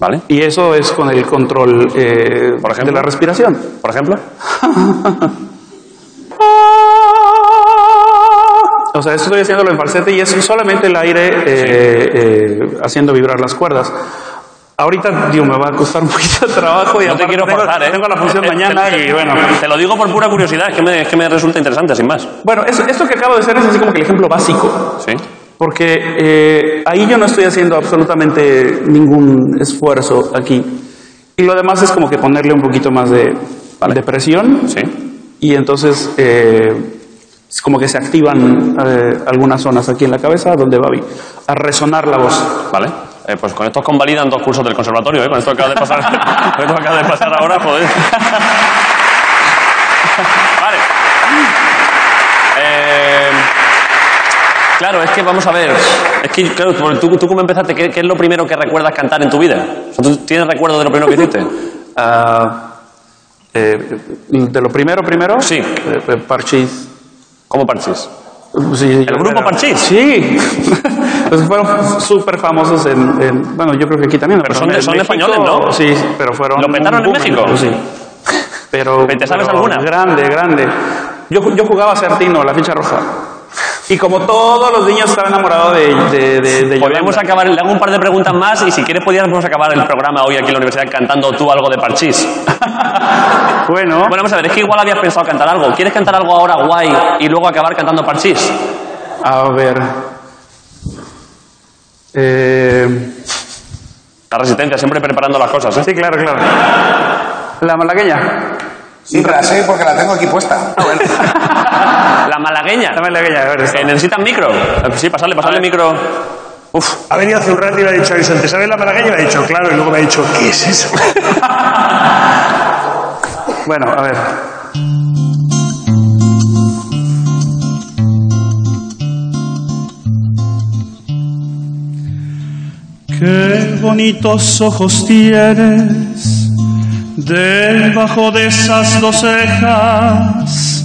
[SPEAKER 1] ¿Vale?
[SPEAKER 2] Y eso es con el control eh, de la respiración.
[SPEAKER 1] ¿Por ejemplo?
[SPEAKER 2] O sea, esto estoy haciéndolo en falsete y es solamente el aire eh, eh, haciendo vibrar las cuerdas. Ahorita, digo, me va a costar un poquito de trabajo y
[SPEAKER 1] No te
[SPEAKER 2] aparte
[SPEAKER 1] quiero
[SPEAKER 2] tengo-
[SPEAKER 1] forzar, ¿eh?
[SPEAKER 2] tengo la función
[SPEAKER 1] Te-
[SPEAKER 2] mañana
[SPEAKER 1] te-
[SPEAKER 2] y bueno.
[SPEAKER 1] Te lo digo por pura curiosidad, es que me, es que me resulta interesante, sin más.
[SPEAKER 2] Bueno, eso- esto que acabo de hacer es así como que el ejemplo básico.
[SPEAKER 1] Sí.
[SPEAKER 2] Porque eh, ahí yo no estoy haciendo absolutamente ningún esfuerzo aquí. Y lo demás es como que ponerle un poquito más de, de presión. Y entonces eh, es como que se activan eh, algunas zonas aquí en la cabeza donde va a resonar la voz.
[SPEAKER 1] Vale. Eh, pues con estos convalidan dos cursos del conservatorio, ¿eh? Con esto que acaba de pasar, con esto que acaba de pasar ahora, joder. Vale. Eh, claro, es que vamos a ver. Es que, claro, tú, tú cómo empezaste, ¿Qué, qué es lo primero que recuerdas cantar en tu vida? O sea, ¿Tú tienes recuerdo de lo primero que hiciste?
[SPEAKER 2] Ah, eh, de lo primero, primero. Sí. parchís.
[SPEAKER 1] ¿Cómo parchís?
[SPEAKER 2] ¿El grupo
[SPEAKER 1] Parchís?
[SPEAKER 2] Sí. Pues fueron súper famosos en, en- Bueno, yo creo que aquí también.
[SPEAKER 1] Pero son de-
[SPEAKER 2] en
[SPEAKER 1] son
[SPEAKER 2] México,
[SPEAKER 1] españoles, ¿no?
[SPEAKER 2] Sí, pero fueron.
[SPEAKER 1] ¿Lo petaron
[SPEAKER 2] un
[SPEAKER 1] en
[SPEAKER 2] boom
[SPEAKER 1] México?
[SPEAKER 2] Sí. Pero.
[SPEAKER 1] ¿Te sabes
[SPEAKER 2] pero
[SPEAKER 1] alguna?
[SPEAKER 2] Grande, grande. Yo, ju- yo jugaba a Certino, la ficha roja. Y como todos los niños estaba enamorado de, de, de, de
[SPEAKER 1] Podríamos
[SPEAKER 2] Yolanda.
[SPEAKER 1] acabar, le hago un par de preguntas más y si quieres podríamos acabar el programa hoy aquí en la universidad cantando tú algo de parchís.
[SPEAKER 2] Bueno.
[SPEAKER 1] Bueno, vamos a ver, es que igual habías pensado cantar algo. ¿Quieres cantar algo ahora guay y luego acabar cantando parchís?
[SPEAKER 2] A ver. Eh...
[SPEAKER 1] La resistencia, siempre preparando las cosas, ¿eh?
[SPEAKER 2] Sí, claro, claro. La malagueña.
[SPEAKER 13] Sí, que la sé porque la tengo aquí puesta.
[SPEAKER 1] Ah, La malagueña. La
[SPEAKER 2] malagueña, a ver.
[SPEAKER 1] ¿Necesitan micro? Sí, pasarle, pasarle micro. Uf.
[SPEAKER 20] Ha venido hace un rato y me ha dicho, Vicente, ¿sabes la malagueña? Me ha dicho, claro, y luego me ha dicho, ¿qué es eso?
[SPEAKER 2] Bueno, a ver.
[SPEAKER 23] Qué bonitos ojos tienes debajo de esas dos cejas,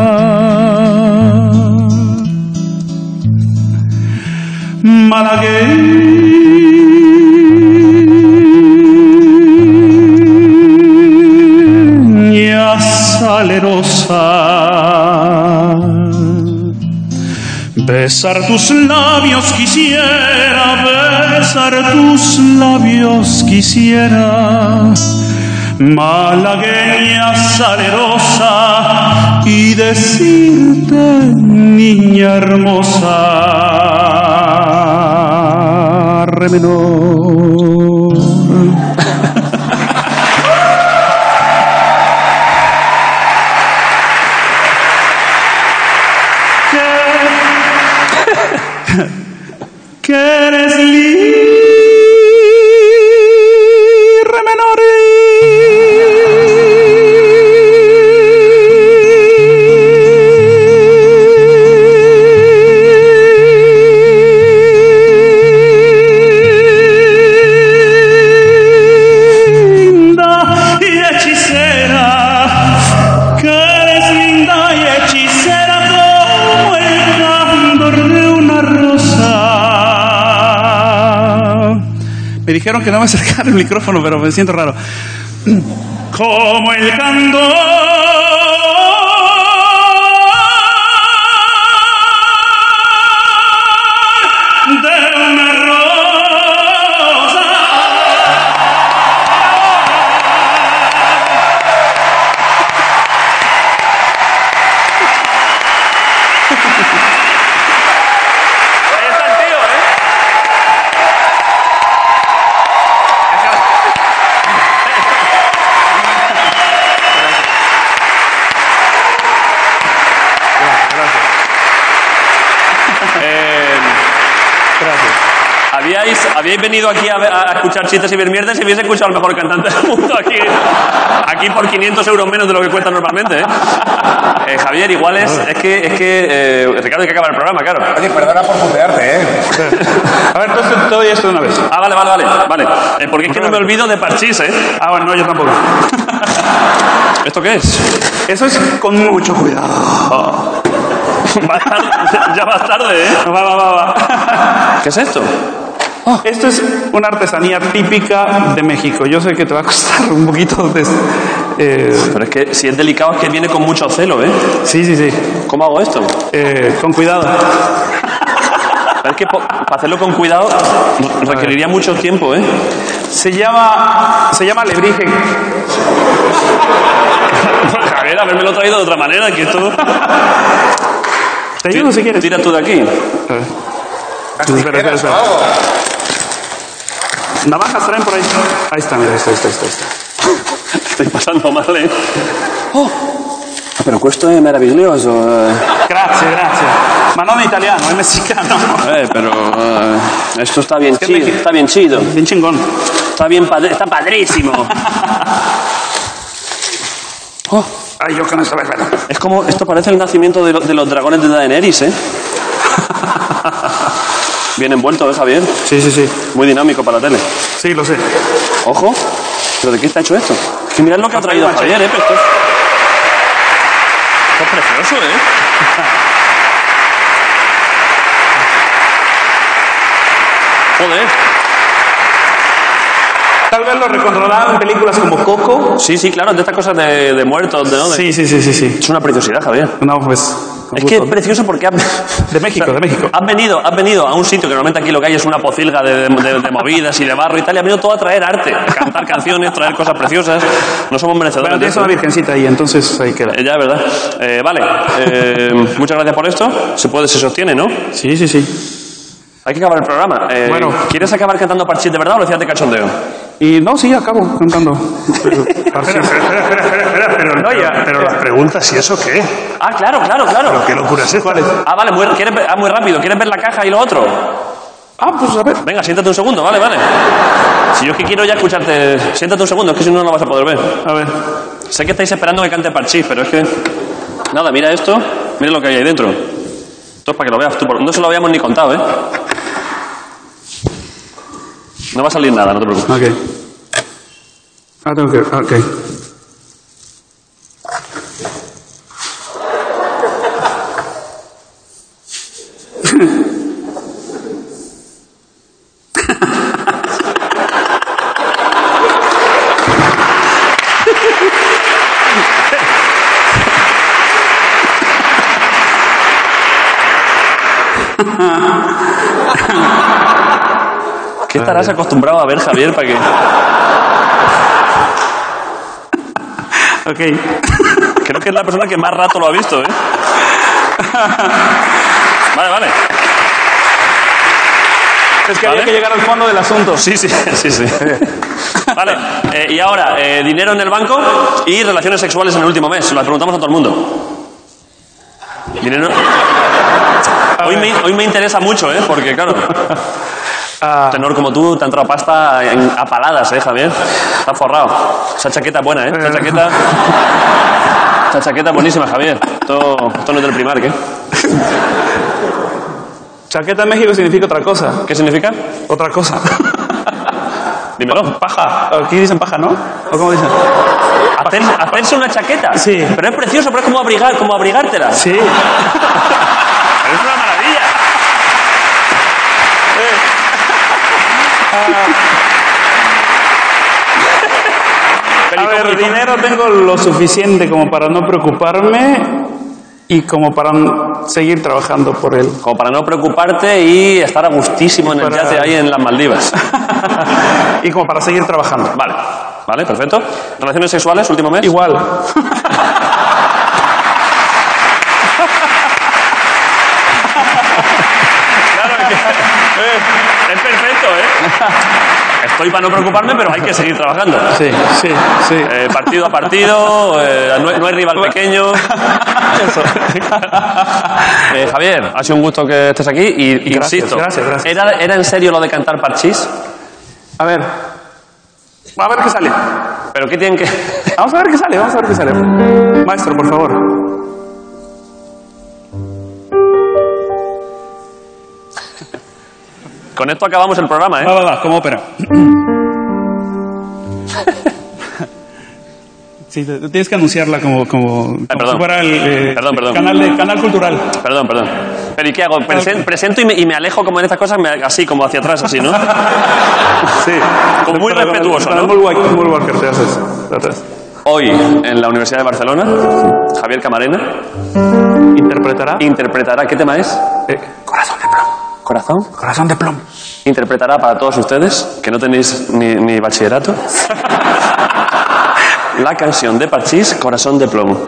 [SPEAKER 23] Malagueña salerosa. Besar tus labios quisiera, besar tus labios quisiera, malagueña salerosa y decirte, niña hermosa, re menor. que, que eres li re menor linda y hechicera, que eres linda y hechicera como el candor de una rosa.
[SPEAKER 2] Ah, Me dijeron que no me acercara el micrófono, pero me siento raro.
[SPEAKER 23] Como el candor de una rosa.
[SPEAKER 1] Eh, Gracias. Habíais, habíais venido aquí a, ver- a escuchar chistes y ver mierdas y habéis escuchado al mejor cantante del mundo aquí, aquí por 500 euros menos de lo que cuesta normalmente. ¿eh? Eh, Javier, igual es, es que, es que eh, Ricardo, hay que acabar el programa, claro.
[SPEAKER 21] Oye, perdona por putearte, ¿eh?
[SPEAKER 1] A ver, entonces te doy esto de una vez. Ah, vale, vale, vale. vale. Eh, porque es que no me olvido de parchís, ¿eh? Ah, bueno, no, yo tampoco. ¿Esto qué es?
[SPEAKER 2] Eso es con mucho cuidado.
[SPEAKER 1] ya más tarde, ¿eh?
[SPEAKER 2] Va, va, va, va.
[SPEAKER 1] ¿Qué es esto? Ah.
[SPEAKER 2] Esto es una artesanía típica de México. Yo sé que te va a costar un poquito de... eh,
[SPEAKER 1] Pero es que si es delicado es que viene con mucho celo, ¿eh?
[SPEAKER 2] Sí, sí, sí.
[SPEAKER 1] ¿Cómo hago esto?
[SPEAKER 2] con cuidado.
[SPEAKER 1] Es que po- para hacerlo con cuidado requeriría mucho tiempo, ¿eh?
[SPEAKER 2] Se llama, se llama lebrige.
[SPEAKER 1] Javier, habérmelo traído de otra manera, que esto...
[SPEAKER 2] Te ayudo si quieres.
[SPEAKER 1] Tira tú de aquí.
[SPEAKER 4] Ah,
[SPEAKER 2] Espera, espera, espera. Navajas traen por ahí. Ahí está, mira, ahí está, ahí está. Ahí está, ahí está.
[SPEAKER 1] Estoy pasando mal, ¿eh? Pero questo è meraviglioso.
[SPEAKER 2] eh. Grazie, grazie. Ma non italiano, è messicano.
[SPEAKER 1] Eh, pero eh, esto está bien chido. Está bien chido.
[SPEAKER 2] Bien chingón.
[SPEAKER 1] Está bien padre, está padrísimo.
[SPEAKER 2] Ay, yo con esto,
[SPEAKER 1] Oh. Es como, esto parece el nacimiento de, lo- de los dragones de Daenerys, ¿eh? Bien envuelto, ¿eh, Javier?
[SPEAKER 2] Sí, sí, sí.
[SPEAKER 1] Muy dinámico para la tele.
[SPEAKER 2] Sí, lo sé.
[SPEAKER 1] Ojo, ¿pero de qué está hecho esto? Es que mirad lo que ha traído
[SPEAKER 2] macho.
[SPEAKER 1] Javier, ¿eh? Pero esto, es... esto es precioso, ¿eh? Joder.
[SPEAKER 2] Tal vez lo recontrolarán en películas como Coco.
[SPEAKER 1] Sí, sí, claro, de estas cosas de, de muertos, de, ¿no? De-
[SPEAKER 2] Sí, sí, sí, sí, sí.
[SPEAKER 1] Es una preciosidad, Javier.
[SPEAKER 2] No, pues.
[SPEAKER 1] Es que es precioso porque has...
[SPEAKER 2] De México, de México.
[SPEAKER 1] Has venido, has venido a un sitio que normalmente aquí lo que hay es una pocilga de, de- de movidas y de barro y tal, y ha venido todo a traer arte, a cantar canciones, traer cosas preciosas. No somos merecedores de
[SPEAKER 2] Bueno, tienes
[SPEAKER 1] eso.
[SPEAKER 2] una virgencita ahí, entonces ahí queda.
[SPEAKER 1] Eh, ya, ¿verdad? Eh, vale, eh, muchas gracias por esto. Se puede, se sostiene, ¿no?
[SPEAKER 2] Sí, sí, sí.
[SPEAKER 1] Hay que acabar el programa. Eh,
[SPEAKER 2] Bueno.
[SPEAKER 1] ¿Quieres acabar cantando parchís de verdad o lo decías de cachondeo?
[SPEAKER 2] Y no, sí, acabo cantando. Pero,
[SPEAKER 20] Ah, Pero, pero- pero las preguntas, ¿y eso qué?
[SPEAKER 1] Ah, claro, claro, claro.
[SPEAKER 20] ¿Qué locura es esta?
[SPEAKER 1] Ah, vale, muy, ¿quieres ver- ah, muy rápido. ¿Quieres ver la caja y lo otro?
[SPEAKER 2] Ah, pues a ver.
[SPEAKER 1] Venga, siéntate un segundo, vale, vale. Si yo es que quiero ya escucharte, siéntate un segundo, es que si no, no lo vas a poder ver.
[SPEAKER 2] A ver.
[SPEAKER 1] Sé que estáis esperando que cante parchís, pero es que. Nada, mira esto, mira lo que hay ahí dentro. Esto es para que lo veas tú, por- no se lo habíamos ni contado, ¿eh? No va a salir nada, no te preocupes.
[SPEAKER 2] Ok. Ah, tengo que. Ok. Ah,
[SPEAKER 1] ¿Qué estarás acostumbrado a ver, Javier, para que.?
[SPEAKER 2] Ok.
[SPEAKER 1] Creo que es la persona que más rato lo ha visto, ¿eh? Vale, vale.
[SPEAKER 2] Es que había que llegar al fondo del asunto.
[SPEAKER 1] Sí, sí, sí, sí. Vale, eh, y ahora, eh, dinero en el banco y relaciones sexuales en el último mes. Se las preguntamos a todo el mundo. Dinero. Hoy me, hoy me interesa mucho, ¿eh? Porque, claro. Tenor como tú, te ha entrado pasta en- a paladas, ¿eh, Javier? Está forrado. Esa chaqueta es buena, ¿eh? Esa chaqueta. Esa chaqueta es buenísima, Javier. Esto, esto no es del primar, ¿eh?
[SPEAKER 2] Chaqueta en México significa otra cosa.
[SPEAKER 1] ¿Qué significa?
[SPEAKER 2] Otra cosa.
[SPEAKER 1] Dímelo.
[SPEAKER 2] Paja. Aquí dicen paja, ¿no? ¿O cómo dicen?
[SPEAKER 1] Hacerse, hacerse una chaqueta. Sí. Pero es precioso, pero es como, abrigar, como abrigártela.
[SPEAKER 2] Sí.
[SPEAKER 1] Pero es una maravilla.
[SPEAKER 2] A ver, dinero tengo lo suficiente como para no preocuparme y como para n- seguir trabajando por él.
[SPEAKER 1] Como para no preocuparte y estar a gustísimo en el
[SPEAKER 2] Para-
[SPEAKER 1] yate ahí en las Maldivas.
[SPEAKER 2] y como para seguir trabajando.
[SPEAKER 1] Vale. Vale, perfecto. ¿Relaciones sexuales último mes?
[SPEAKER 2] Igual.
[SPEAKER 1] Es perfecto, ¿eh? Estoy para no preocuparme, pero hay que seguir trabajando.
[SPEAKER 2] Sí, sí, sí.
[SPEAKER 1] Eh, partido a partido, eh, no, hay- no hay rival pequeño. Eh, Javier, ha sido un gusto que estés aquí y y
[SPEAKER 2] Gracias,
[SPEAKER 1] insisto.
[SPEAKER 2] gracias, gracias.
[SPEAKER 1] ¿era, ¿Era en serio lo de cantar parchís?
[SPEAKER 2] A ver. A ver qué sale.
[SPEAKER 1] ¿Pero qué tienen que...?
[SPEAKER 2] Vamos a ver qué sale, vamos a ver qué sale. Maestro, por favor.
[SPEAKER 1] Con esto acabamos el programa, ¿eh?
[SPEAKER 9] Va, va, va, como ópera. Sí, te- tienes que anunciarla como, como, como
[SPEAKER 1] Ah, perdón.
[SPEAKER 9] si fuera el eh,
[SPEAKER 1] Perdón, perdón.
[SPEAKER 9] Canal, de- canal cultural.
[SPEAKER 1] Perdón, perdón. ¿Pero y qué hago? Presen- presento y me, y me alejo como en estas cosas, me- así, como hacia atrás, así, ¿no?
[SPEAKER 2] Sí.
[SPEAKER 1] Como muy
[SPEAKER 2] Para-
[SPEAKER 1] respetuoso,
[SPEAKER 2] para
[SPEAKER 1] ¿no?
[SPEAKER 2] Mul Walker- Mul Walker, te haces. te haces.
[SPEAKER 1] Hoy, en la Universidad de Barcelona, Javier Camarena
[SPEAKER 2] ¿Interpretará? Eh.
[SPEAKER 1] interpretará... ¿Qué tema es?
[SPEAKER 2] Corazón de plomo.
[SPEAKER 1] ¿Corazón?
[SPEAKER 2] Corazón de plomo.
[SPEAKER 1] Interpretará para todos ustedes, que no tenéis ni, ni bachillerato, la canción de Parchís, Corazón de Plomo.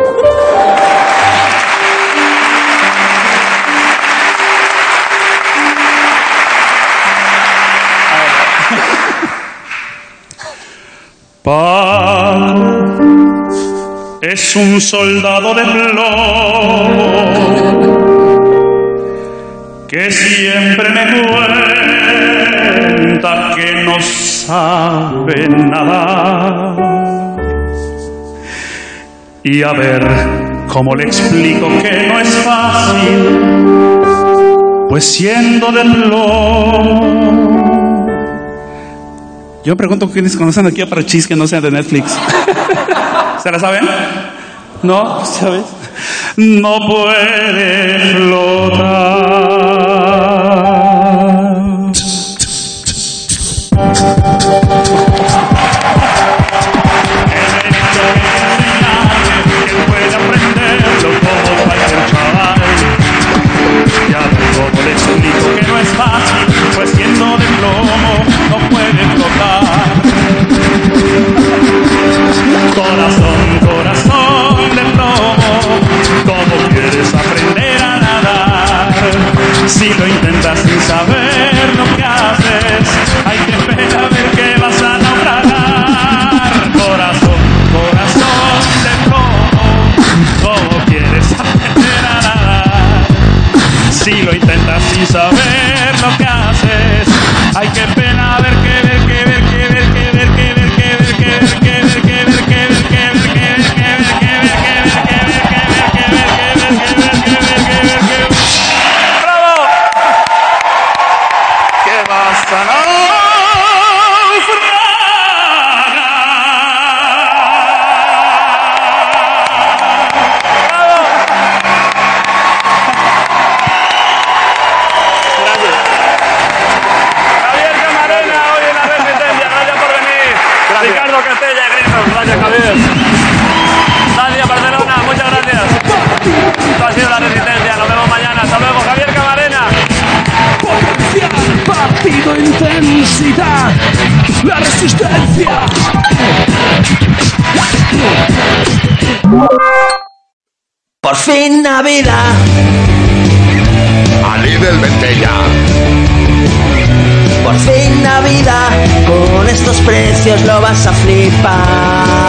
[SPEAKER 23] Pablo es un soldado de plomo que siempre me cuenta que no sabe nada. Y a ver cómo le explico que no es fácil, pues siendo de plomo.
[SPEAKER 9] Yo pregunto quiénes conocen aquí a Parchís que no sean de Netflix. ¿Se la saben? No, ¿sabes?
[SPEAKER 23] no puede flotar. puede aprenderlo como cualquier chaval. Ya ven cómo le explico que no es fácil, pues siendo de plomo no puede flotar. Corazón, corazón de plomo, ¿cómo quieres aprender a nadar? Si lo intentas sin saber lo que haces, hay que esperar a ver que vas a naufragar. Corazón, corazón de plomo, ¿cómo quieres aprender a nadar? Si lo intentas sin saber lo que haces, hay que pena ver que ver que ver que ver que ver que ver que ver que ver que ver que ver que ver que ver que ver que ver que ver
[SPEAKER 1] ¡Bravo!
[SPEAKER 23] que vas a
[SPEAKER 1] Javier Camarena, hoy en la Resistencia, gracias por venir. Ricardo Castella, Grison, gracias Javier. Gracias Barcelona, muchas gracias. Esto ha sido la Resistencia, nos vemos mañana. Hasta luego, Javier Camarena.
[SPEAKER 4] Potencial, partido, intensidad.
[SPEAKER 23] la resistencia.
[SPEAKER 5] Por fin Navidad.
[SPEAKER 24] A Lidl Ventella.
[SPEAKER 5] Por fin Navidad. Con estos precios lo vas a flipar.
[SPEAKER 4] Este